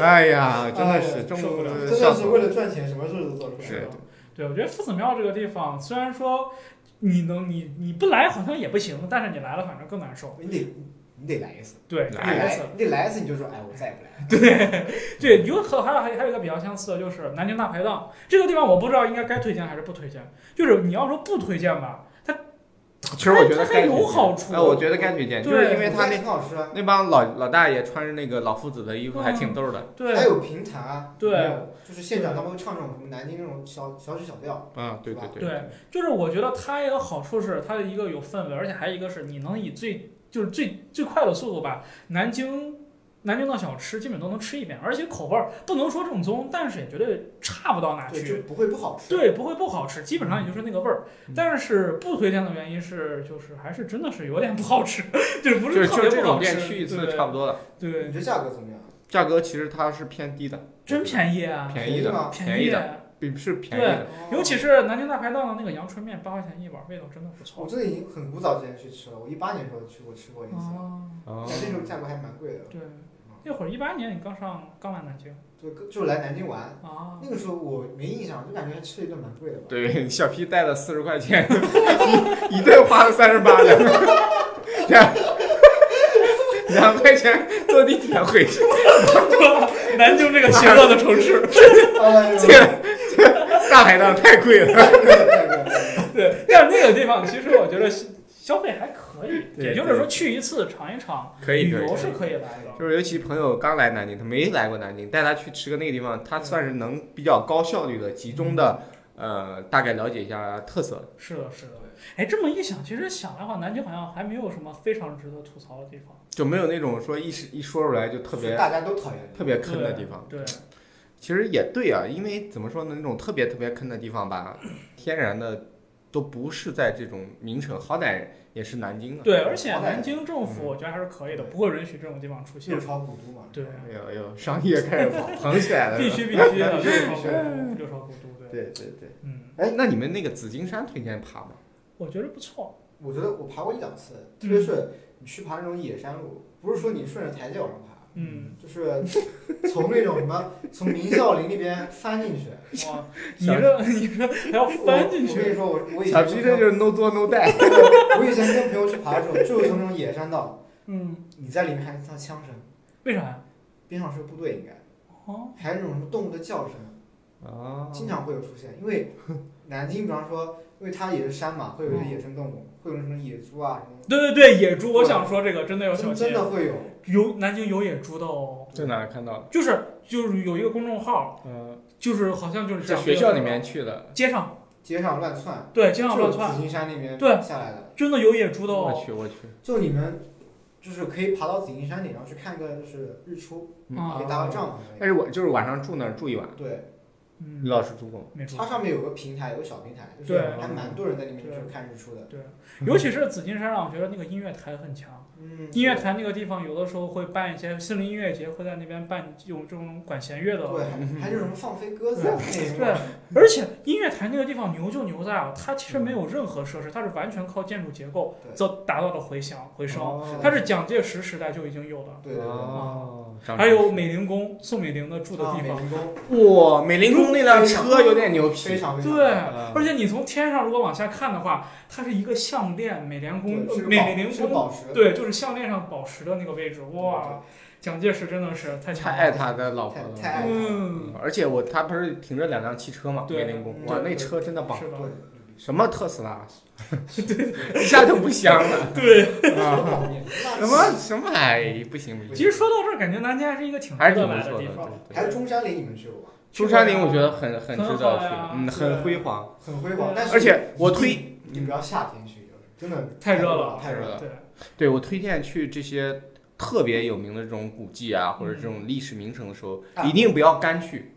S3: 哎呀，真的
S5: 哎
S3: 是中
S2: 啊受不
S3: 国
S2: 了
S3: 的
S5: 真
S3: 笑
S5: 的
S3: 死
S5: 是
S3: 我
S5: 为
S3: 了
S5: 了赚钱，什么事都做出来。
S3: 是
S2: 对，我觉得夫子庙这个地方，虽然说你能你你不来好像也不行，但是你来了反正更难受。
S5: 你得你得来一次，
S2: 对，
S5: 你得
S3: 来
S2: 来一次
S5: 来，你得来一次，你就说哎，我再也不来了。
S2: 对，有和还有还有还有一个比较相似的就是南京大排档这个地方，我不知道应该该推荐还是不推荐。就是你要说不推荐吧，它
S3: 其实我觉
S2: 它
S3: 得
S2: 还
S3: 该
S2: 有
S3: 去
S2: 好
S3: 见
S2: 处
S3: 哎，我觉得该去见，就是
S2: 对
S3: 因为他那
S5: 挺好吃啊，
S3: 那帮老老大爷穿着那个老夫子的衣服，还挺逗的。
S5: 还
S2: 对
S5: 有评弹啊，
S2: 对，
S5: 就是现场他们会唱这种什么南京那种小小曲小调，
S3: 嗯，对对
S2: 对，就是我觉得它一个好处是它的一个有氛围，而且还有一个是你能以最就是最最快的速度把南京南京的小吃基本都能吃一遍，而且口味儿不能说正宗，但是也绝对差不到哪
S5: 对，
S2: 啊去
S5: 就。不会不好吃。
S2: 对，不会不好吃，基本上也就是那个味儿。
S3: 嗯
S2: 但是不推荐的原因是，就是还是真的是有点不好吃， 就是不
S3: 就是是
S2: 特
S3: 就
S2: 别
S3: 是这
S2: 不
S3: 种
S2: 好吃。
S3: 店去一次差不多了，
S2: 对对，
S5: 你觉得价格怎么样？
S3: 价格其实它是偏低的，
S2: 真便宜啊，
S3: 便宜的，
S5: 吗？哦
S2: 便
S3: 便宜的
S2: 的。
S3: 比是便宜的。
S2: 尤其是南京大排档的那个阳春面，八块钱一碗，味道真的不错。
S5: 我真的已经很古早之前去吃了，我一八年的时候去过吃
S3: 嗯
S5: 过一次，
S2: 哦，
S3: 哦
S5: 但那时候价格还蛮贵的。
S2: 对，那会儿一八年你刚上刚来南京
S5: 就就来南京玩，
S2: 啊，
S5: 那个时候我没印象，就感觉还吃了一顿蛮贵的吧。
S3: 对，小 P 带了四十块钱，一一顿花了三十八两，两两块钱坐地铁回去，
S2: 南京这个邪恶的城市。
S5: 哎 呦
S3: 这个这个大排档太贵了。
S2: 对，但是那个地方其实我觉得消消费还可以，
S3: 对
S2: 也就是说去一次尝一尝，
S3: 可
S2: 旅
S3: 以可以
S2: 游，是可以来的。
S3: 就是尤其朋友刚来南京，他没来过南京，带他去吃个那个地方，他算是能比较高效率的、集中的，呃，大概了解一下特色。
S2: 是的，是的。哎，这么一想，其实想来话，南京好像还没有什么非常值得吐槽的地方。
S3: 就没有那种说一时一说出来就特
S5: 就
S3: 别
S5: 大家都讨厌。
S3: 特别坑的地方。
S2: 对，
S3: 其实也对啊，因为怎么说呢，那种特别特别坑的地方吧，天然的都不是在这种名城，好歹也是南京啊。
S2: 对，而且南京政府我觉得还是可以的，不会允许这种地方出现
S5: 六。朝古都嘛，
S2: 对，
S3: 哎呦哎呦，商业开始捧捧起来了。
S2: 必
S3: 是吧。
S2: 须必须的，六朝古都，六朝古都，对，
S3: 对对对。
S2: 嗯，
S3: 哎，那你们那个紫金山推荐爬吗？
S2: 我觉得不错。
S5: 我觉得我爬过一两次，特
S2: 嗯
S5: 别是你去爬那种野山路，不是说你顺着台阶往上爬，
S2: 嗯，
S5: 就是从那种什么从明孝陵那边翻进去。
S2: 哇，你这你这还要翻进
S5: 我我跟你
S2: 去，
S5: 说，我我以
S3: 小
S5: 前
S3: P 这
S5: 跟朋
S3: 就
S5: 友
S3: 是 no 做 no die。
S5: 我以前跟朋友去爬的时候，就是从那种野山道，
S2: 嗯，
S5: 你在里面还能听到枪声，
S2: 为啥呀？
S5: 边上是部队应该，
S2: 哦，
S5: 还有那种什么动物的叫声。
S3: 啊
S5: 经常会有出现，因为南京，比方说，因为它也是山嘛，会有一些野生动物，会有什么野猪啊什么
S2: 对对对，野猪，我想说这个真的要
S5: 的，
S2: 小
S5: 真
S2: 心
S5: 真，的会有。
S2: 有南京有野猪的哦，
S3: 在哪儿看到？
S2: 就是就是有一个公众号，
S3: 嗯，
S2: 就是好像就是
S3: 在
S2: 讲
S3: 学校里面，去的。
S2: 街上
S5: 街上乱窜，
S2: 对街
S5: 就
S2: 上
S5: 是
S2: 乱窜
S5: 紫，金山那边
S2: 对
S5: 下来的，
S2: 真的有野猪的
S3: 我
S2: 哦。
S3: 去，我去。
S5: 就你们就是可以爬到紫金山顶，然后去看个就是日出，
S2: 啊
S5: 可以搭个帐
S3: 但
S5: 篷。
S3: 是我就是晚上住那儿住一晚，
S5: 对，
S2: 嗯，
S3: 老师住过吗？
S2: 没错
S5: 它。上面有个平台，有个小平台，就是
S2: 对
S5: 还蛮多人在那边
S2: 对
S5: 就是看日出的。
S2: 对，尤其是紫金山上，我觉得那个音乐台很强。
S5: 嗯，
S2: 音乐台那个地方，有的时候会办一些森林音乐节，会在那边办有这种管弦乐的。
S5: 对，还还有什么放飞鸽子啊那
S2: 嗯对
S5: 种。，
S2: 而且音乐台那个地方牛就牛在啊，它其实没有任何设施，它是完全靠建筑结构
S5: 对
S2: 造达到的回响回声。
S5: 哦
S2: 它是蒋介石时代就已经有了。
S5: 对对对，
S3: 哦，
S2: 还有美龄宫，宋美龄的住的
S5: 啊
S2: 地
S5: 美
S2: 方。
S5: 龄宫
S3: 哇，美龄宫那辆车有点牛
S5: 非
S3: 皮，
S5: 常非常
S2: 对，
S3: 嗯
S2: 而且你从天上如果往下看的话，它是一个项链，美龄宫
S5: 对，是个
S2: 美
S5: 宝
S2: 美龄
S5: 是个
S2: 宫，
S5: 宝石。
S2: 对，就是项链上宝石的那个位置。哇，蒋介石真的是太
S3: 太
S2: 强
S3: 爱
S2: 了。
S3: 他的老婆
S5: 太
S3: 了。
S5: 太爱他了
S2: 嗯，
S3: 而且我他不是停着两辆汽车嘛，
S2: 对
S3: 美龄宫，
S5: 嗯
S3: 哇，
S5: 对
S3: 那车真的棒，
S2: 是的，
S5: 对。
S3: 什么特斯拉，一下就不香了，
S2: 对。
S3: 啊，什
S5: 什
S3: 么什么，哎，不行不行，
S2: 其实说到这儿，感觉南京还是一个挺值
S3: 还是挺
S2: 得
S3: 不
S2: 来
S3: 错
S2: 地
S3: 的
S2: 方。。
S3: 对
S5: 还
S3: 对
S5: 有中山陵，你们去过吗？
S3: 中山陵我觉得很
S2: 很
S3: 很值
S2: 好
S3: 得去
S2: 呀，
S3: 嗯，
S2: 对
S3: 很辉煌，
S5: 很辉煌，但是
S3: 而且我推
S5: 你不要夏天去，就是真的
S2: 太热了
S5: 太热了。
S2: 对，
S3: 对我推荐去这些特别有名的这种古迹啊，或者这种历史名城的时候，
S5: 啊
S3: 一定不要干去。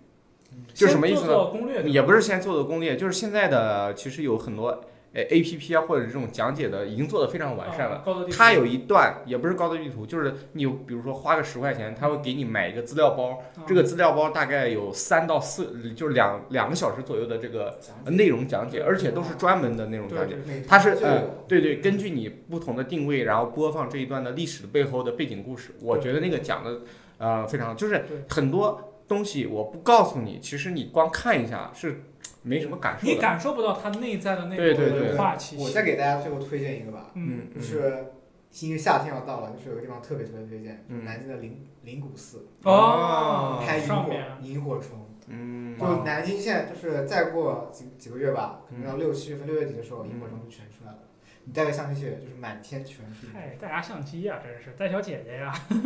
S3: 就是什么意思
S2: 先
S3: 呢
S2: 做做攻略
S3: 也不是先做的攻略，就是现在的其实有很多呃 A P P 啊或者这种讲解的已经做的非常完善了。。
S2: 啊高德地图
S3: 它有一段也不是高德地图，就是你比如说花个十块钱，它会给你买一个资料包，这
S2: 嗯
S3: 个资料包大概有三到四，就是两两个小时左右的这个
S5: 讲
S3: 内容讲解，而且都是专门的内容
S2: 对
S3: 讲解。
S2: 对
S5: 解
S3: 它是呃
S5: 呃，
S3: 对对，根据你不同的定位，然后播放这一段的历史背后的背景故事，我
S2: 对
S3: 觉得那个讲的呃非常，就是
S2: 对
S3: 很多东西我不告诉你，其实你光看一下是没什么感
S2: 你
S3: 受的。
S2: 感受不到它内在的那
S3: 对
S2: 种
S3: 对对
S2: 文化气息。
S5: 我再给大家最后推荐一个吧，
S2: 嗯，
S3: 嗯，
S5: 就
S3: 嗯
S5: 是因为夏天要到了，就是有个地方特别特别推荐，
S3: 嗯
S5: 南京的灵灵谷寺
S2: 哦，
S5: 拍萤
S2: 上
S5: 火
S2: 面
S5: 萤火虫。
S3: 嗯，
S5: 就南京现在就是再过几几个月吧，可能到六七月份、六月底的时候，
S3: 嗯
S5: 萤火虫就全出来了。你带个象棋雪就是满天全是，
S2: 哎，大家象棋呀，真是带小姐姐呀，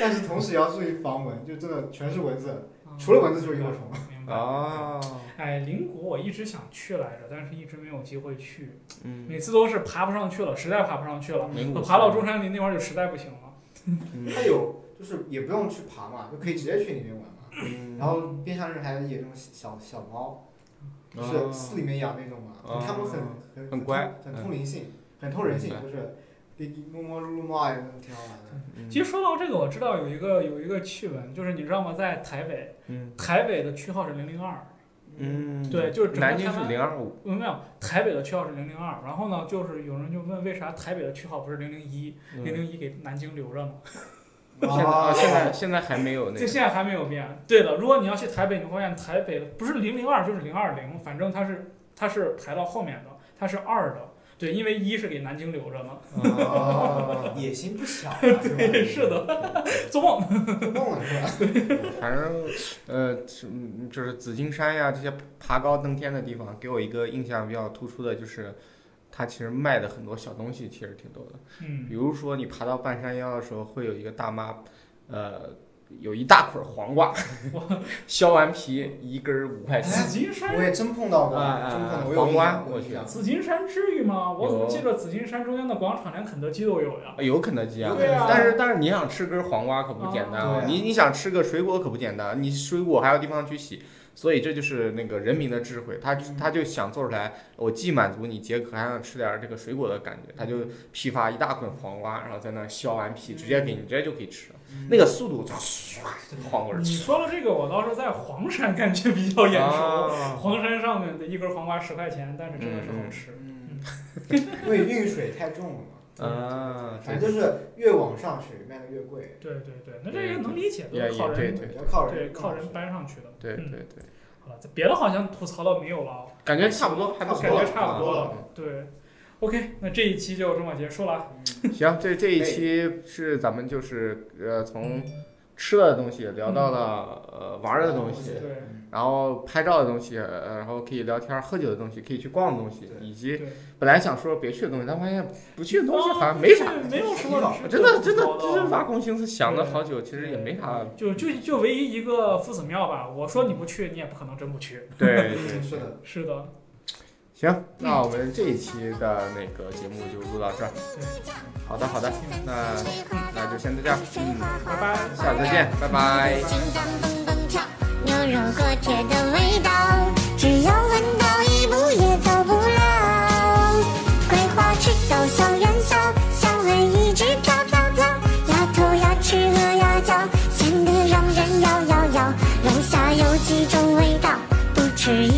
S5: 但是同时也要注意防蚊，就真的全是蚊
S2: 哦
S5: 子，除了蚊子就是萤火虫。
S2: 明白。
S3: 啊，
S2: 哎，邻国我一直想去来着，但是一直没有机会去，
S3: 嗯，
S2: 每次都是爬不上去了，实在爬不上去了，
S3: 名古
S2: 我
S3: 屋
S2: 爬到中山陵那块儿就实在不行了。
S3: 嗯
S5: 它有就是也不用去爬嘛，就可以直接去里面玩嘛。
S3: 嗯
S5: 然后边上是还有那种小小猫，
S3: 嗯
S5: 就是寺里面养那种嘛，
S3: 哦
S5: 它们很很
S3: 很乖嗯
S5: 很通灵性，很通人性，就是给你摸摸撸撸猫啊，也挺好玩的。
S3: 嗯
S2: 其实说到这个，我知道有一个有一个趣闻，就是你知道吗？在台北，
S3: 嗯
S2: 台北的区号是零零二，
S3: 嗯，
S2: 对，就是整个
S3: 南京
S2: 台
S3: 是
S2: 湾
S3: 零二五，
S2: 嗯没有，台北的区号是零零二，然后呢，就是有人就问为啥台北的区号不是零零一，零零一给南京留着呢？
S3: 嗯现在啊，现在现在还没有那
S2: 这
S3: 个，
S2: 现在还没有变。对的，如果你要去台北，你会发现台北的不是零零二就是零二零，反正它是它是排到后面的，它是二的。对，因为一是给南京留着嘛。
S5: 哦，野心不 小啊，对
S2: 是的，做梦。
S5: 做梦了是吧？
S3: 反正呃，是嗯就是紫金山呀这些爬高登天的地方，给我一个印象比较突出的就是，它其实卖的很多小东西其实挺多的。比
S2: 嗯，
S3: 如说你爬到半山腰的时候，会有一个大妈，呃，有一大捆儿黄瓜，削完皮一根儿五块钱。
S2: 紫金山
S5: 我也真碰到过，
S3: 啊啊
S5: 真碰到
S3: 黄
S5: 过，我有印
S3: 瓜啊
S5: 象，我有印象。
S2: 紫金山至于吗？我怎么
S3: 有
S2: 记得紫金山中间的广场连肯德基都有呀？
S3: 有肯德基啊，哦
S2: 对啊
S3: 但是但是你想吃根黄瓜可不简单
S5: 啊对啊
S3: 你你想吃个水果可不简单，你水果还有地方去洗，所以这就是那个人民的智慧，他就他就想做出来，我既满足你解渴，还想吃点儿这个水果的感觉，他就批发一大捆黄瓜，然后在那儿削完皮，直接给你，直接就可以吃，
S5: 嗯
S3: 那个速度，唰黄瓜儿
S2: 你 说了这个，我倒是在黄山感觉比较眼熟。
S3: 啊
S2: 黄山上面的一根黄瓜十块钱，但是真的是好吃。
S5: 嗯，因为运水太重了嘛，
S3: 啊，
S5: 反正就是越往上去卖的越贵，
S2: 对对对，那这个能理解，都是
S3: 也
S2: 靠
S3: 也对
S2: 人
S3: 对
S5: 比较靠人，
S2: 对靠人
S5: 搬。
S2: 搬上去的。
S3: 对对
S2: 嗯
S3: 对对，
S2: 好了，别的好像吐槽的没有了啊。
S3: 感觉差不多，还不错，
S2: 感觉差不多
S3: 啊
S2: 了。对，OK，那这一期就这么结束了。
S3: 行，这这一期是咱们就是呃从吃的东西聊到了呃玩儿的
S5: 嗯
S3: 东西，
S2: 对
S3: 然后拍照的东西，呃然后可以聊天儿、喝酒的东西，可以去逛的东西，
S5: 对
S3: 以及
S2: 对，
S3: 本来想说别去的东西，但发现不去的东西好像没 啥
S2: 啊。没有什么值得
S3: 真的真的
S2: 吐槽
S3: 真是挖空心思想了
S2: 对
S3: 好久，其实也没啥。
S2: 啊就就就唯一一个夫子庙吧，我说你不去，你也不可能真不去。
S3: 对
S5: 嗯，是的，
S2: 是的，
S3: 行，那我们这一期的那个节目就录到这儿。好的好的，那那就先这样，嗯，
S2: 拜拜。
S3: 下次再见，拜拜。
S1: 心脏蹦蹦跳，牛肉锅贴的味道，只要闻到一步也走不了。桂花吃豆小元宵，香味一直飘飘飘，丫头呀吃了呀嚼，咸得让人摇摇摇。楼下有几种味道，不吃一